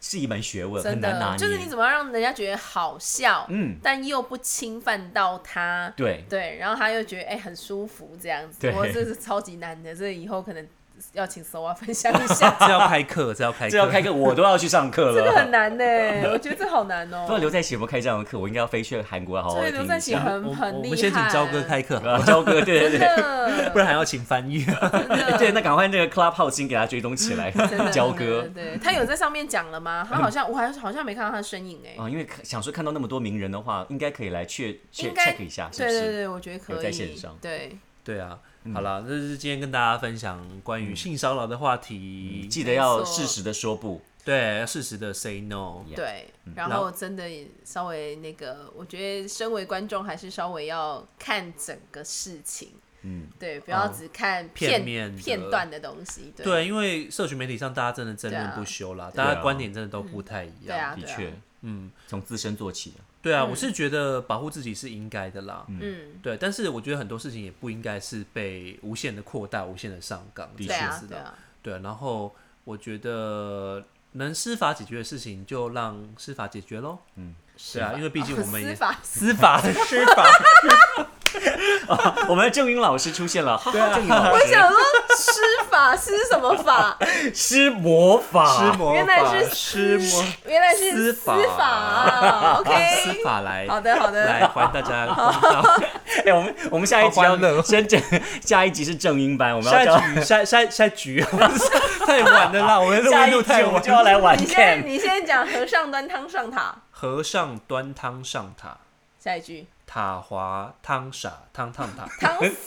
[SPEAKER 2] 是一门学问，嗯很
[SPEAKER 3] 真
[SPEAKER 2] 难
[SPEAKER 3] 的
[SPEAKER 2] 拿捏。
[SPEAKER 3] 就是你怎么样让人家觉得好笑，
[SPEAKER 2] 嗯，
[SPEAKER 3] 但又不侵犯到他，
[SPEAKER 2] 对
[SPEAKER 3] 对，然后他又觉得哎、很舒服这样子，
[SPEAKER 2] 对
[SPEAKER 3] 我这是超级难的，这以后可能要请 SOA 分享一下
[SPEAKER 1] 这要开课，这要开课，
[SPEAKER 2] 这要开课我都要去上课
[SPEAKER 3] 这个很
[SPEAKER 2] 了。
[SPEAKER 3] 难呢，我觉得这好难
[SPEAKER 2] 不知道
[SPEAKER 3] 哦。
[SPEAKER 2] 刘在喜有没有开这样的课，我应该要飞去韩国好好
[SPEAKER 3] 所
[SPEAKER 2] 地
[SPEAKER 3] 以
[SPEAKER 2] 听
[SPEAKER 3] 刘
[SPEAKER 2] 一
[SPEAKER 3] 在
[SPEAKER 2] 下。
[SPEAKER 3] 喜 很
[SPEAKER 1] 哦我
[SPEAKER 3] 很
[SPEAKER 1] 我们
[SPEAKER 3] 厉
[SPEAKER 1] 先
[SPEAKER 3] 害，
[SPEAKER 1] 请焦哥开课好不好，
[SPEAKER 2] 啊，焦哥，对对
[SPEAKER 3] 真
[SPEAKER 2] 对对，
[SPEAKER 3] 的，
[SPEAKER 1] 不然还要请翻译。
[SPEAKER 3] 真
[SPEAKER 2] 对，啊
[SPEAKER 3] 的
[SPEAKER 2] 那赶快那个 Clubhouse 先给他追踪起来
[SPEAKER 3] 真 的，
[SPEAKER 2] 焦哥
[SPEAKER 3] 真的对他有在上面讲了吗？他好像我还好像没看到他的身影哎，
[SPEAKER 1] 哦
[SPEAKER 2] 啊，因为看想说看到那么多名人的话，应该可以来确确
[SPEAKER 3] 应该
[SPEAKER 2] check 一下，是
[SPEAKER 3] 对
[SPEAKER 2] 不
[SPEAKER 3] 对
[SPEAKER 2] 是？
[SPEAKER 3] 对，我觉得可
[SPEAKER 2] 有
[SPEAKER 3] 以。
[SPEAKER 2] 在线上
[SPEAKER 3] 对，
[SPEAKER 1] 对啊，
[SPEAKER 2] 嗯
[SPEAKER 1] 好啦，这是今天跟大家分享关于性骚扰的话题。
[SPEAKER 2] 记得要适时的说不。
[SPEAKER 1] 对，要适时的 say no。
[SPEAKER 2] Yeah
[SPEAKER 3] 对，然
[SPEAKER 1] 然后
[SPEAKER 3] 后真的也稍微那个，我觉得身为观众还是稍微要看整个事情，
[SPEAKER 2] 嗯，
[SPEAKER 3] 对，不要
[SPEAKER 1] 哦
[SPEAKER 3] 只看
[SPEAKER 1] 片
[SPEAKER 3] 片
[SPEAKER 1] 面的
[SPEAKER 3] 片段的东西，对，
[SPEAKER 1] 对，因为社群媒体上大家真的争论不休啦，
[SPEAKER 2] 啊
[SPEAKER 1] 大家观点真的都不太一
[SPEAKER 3] 对啊嗯
[SPEAKER 1] 样。
[SPEAKER 2] 的
[SPEAKER 3] 对啊
[SPEAKER 2] 确，
[SPEAKER 1] 嗯，
[SPEAKER 2] 从自身做起的。
[SPEAKER 1] 对啊，我是觉得保护自己是应该的啦。
[SPEAKER 3] 嗯，
[SPEAKER 1] 对，但是我觉得很多事情也不应该是被无限的扩大、无限的上纲。这
[SPEAKER 2] 的确
[SPEAKER 3] 对
[SPEAKER 1] 样
[SPEAKER 3] 啊
[SPEAKER 1] 子，
[SPEAKER 3] 对
[SPEAKER 1] 的。
[SPEAKER 3] 啊，
[SPEAKER 1] 对，然后我觉得能司法解决的事情就让司法解决喽。
[SPEAKER 3] 是
[SPEAKER 1] 对啊，因为毕竟我们也
[SPEAKER 3] 司 法
[SPEAKER 1] 司法司法，
[SPEAKER 2] 我们的郑云老师出现了，哈哈，
[SPEAKER 1] 啊
[SPEAKER 2] 郑云
[SPEAKER 3] 我
[SPEAKER 2] 老师
[SPEAKER 3] 想说，施法施什么法？
[SPEAKER 2] 施魔法，
[SPEAKER 1] 施魔
[SPEAKER 3] 原来是
[SPEAKER 1] 施魔
[SPEAKER 3] 原来是
[SPEAKER 1] 司法
[SPEAKER 3] 司法
[SPEAKER 1] 司
[SPEAKER 3] ，OK。
[SPEAKER 1] 法来
[SPEAKER 3] 好的，好
[SPEAKER 1] 来
[SPEAKER 3] 的，
[SPEAKER 1] 还大家公道。
[SPEAKER 2] 哎、我们我们下一集
[SPEAKER 1] 好
[SPEAKER 2] 要
[SPEAKER 1] 欢乐哦
[SPEAKER 2] 真正 下一集是正音班，我们
[SPEAKER 1] 下
[SPEAKER 2] 要 教
[SPEAKER 1] 一局下下下一局， 太晚了啦，我 们录
[SPEAKER 2] 下
[SPEAKER 1] 音
[SPEAKER 2] 一
[SPEAKER 1] 录太
[SPEAKER 2] 集我们
[SPEAKER 1] 晚
[SPEAKER 2] 就。要来玩
[SPEAKER 3] 你先
[SPEAKER 2] Ken，
[SPEAKER 3] 你先讲和尚端汤上塔，
[SPEAKER 1] 和尚端汤上塔，
[SPEAKER 3] 下一句
[SPEAKER 1] 塔滑汤洒汤烫 塔，
[SPEAKER 3] 汤 洒。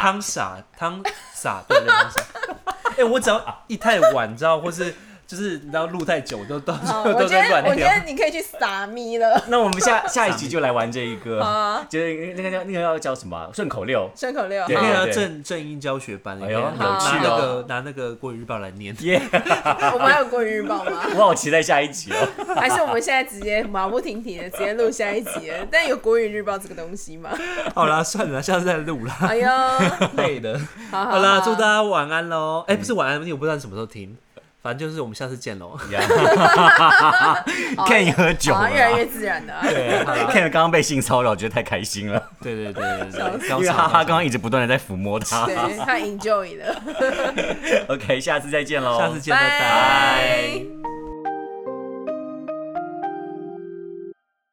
[SPEAKER 1] 汤洒汤洒，对对汤洒。 哎，我只要一太晚，你知道，或是就是你知道录太久，都到时
[SPEAKER 3] 哦
[SPEAKER 1] 候
[SPEAKER 3] 我
[SPEAKER 1] 都
[SPEAKER 3] 觉
[SPEAKER 1] 在
[SPEAKER 3] 得我
[SPEAKER 1] 乱
[SPEAKER 3] 觉
[SPEAKER 1] 掉。
[SPEAKER 3] 得你可以去撒咪了，
[SPEAKER 2] 那我们下下一集就来玩这一个
[SPEAKER 3] 啊，
[SPEAKER 2] 就是那个叫那个要叫什么啊顺口溜，
[SPEAKER 3] 顺口溜。
[SPEAKER 2] 对
[SPEAKER 1] 那
[SPEAKER 3] 好
[SPEAKER 1] 个哎正正音教学班，
[SPEAKER 2] 哎呦
[SPEAKER 1] 拿
[SPEAKER 2] 有
[SPEAKER 3] 趣
[SPEAKER 1] 那
[SPEAKER 2] 哦
[SPEAKER 1] 个拿那个国语日报来念。
[SPEAKER 2] 耶、
[SPEAKER 3] 我们还有国语日报吗？
[SPEAKER 2] 我好期待下一集哦。
[SPEAKER 3] 还是我们现在直接马不停蹄的直接录下一集了？但有国语日报这个东西吗？
[SPEAKER 1] 好 啦，算了，下次再录啦。
[SPEAKER 3] 哎呦，好
[SPEAKER 1] 累的。
[SPEAKER 3] 好
[SPEAKER 1] 好啦，祝大家晚安喽！哎、不是晚安，因为我不知道你什么时候听，反正就是我们下次见喽。
[SPEAKER 3] 好
[SPEAKER 2] Ken 喝酒
[SPEAKER 3] 好
[SPEAKER 2] 了
[SPEAKER 3] 像哦越来越
[SPEAKER 2] 啦。
[SPEAKER 3] 自然了啊。
[SPEAKER 2] 对，Ken 刚刚被性骚扰，觉得太开心了，
[SPEAKER 1] 对对对对对，
[SPEAKER 2] 因
[SPEAKER 1] 因
[SPEAKER 2] 为哈哈刚刚一直不断的在抚摸他。
[SPEAKER 3] 对，他 enjoy 了。
[SPEAKER 2] OK，下次再见喽，
[SPEAKER 1] 下次见，拜
[SPEAKER 3] 拜
[SPEAKER 1] 拜。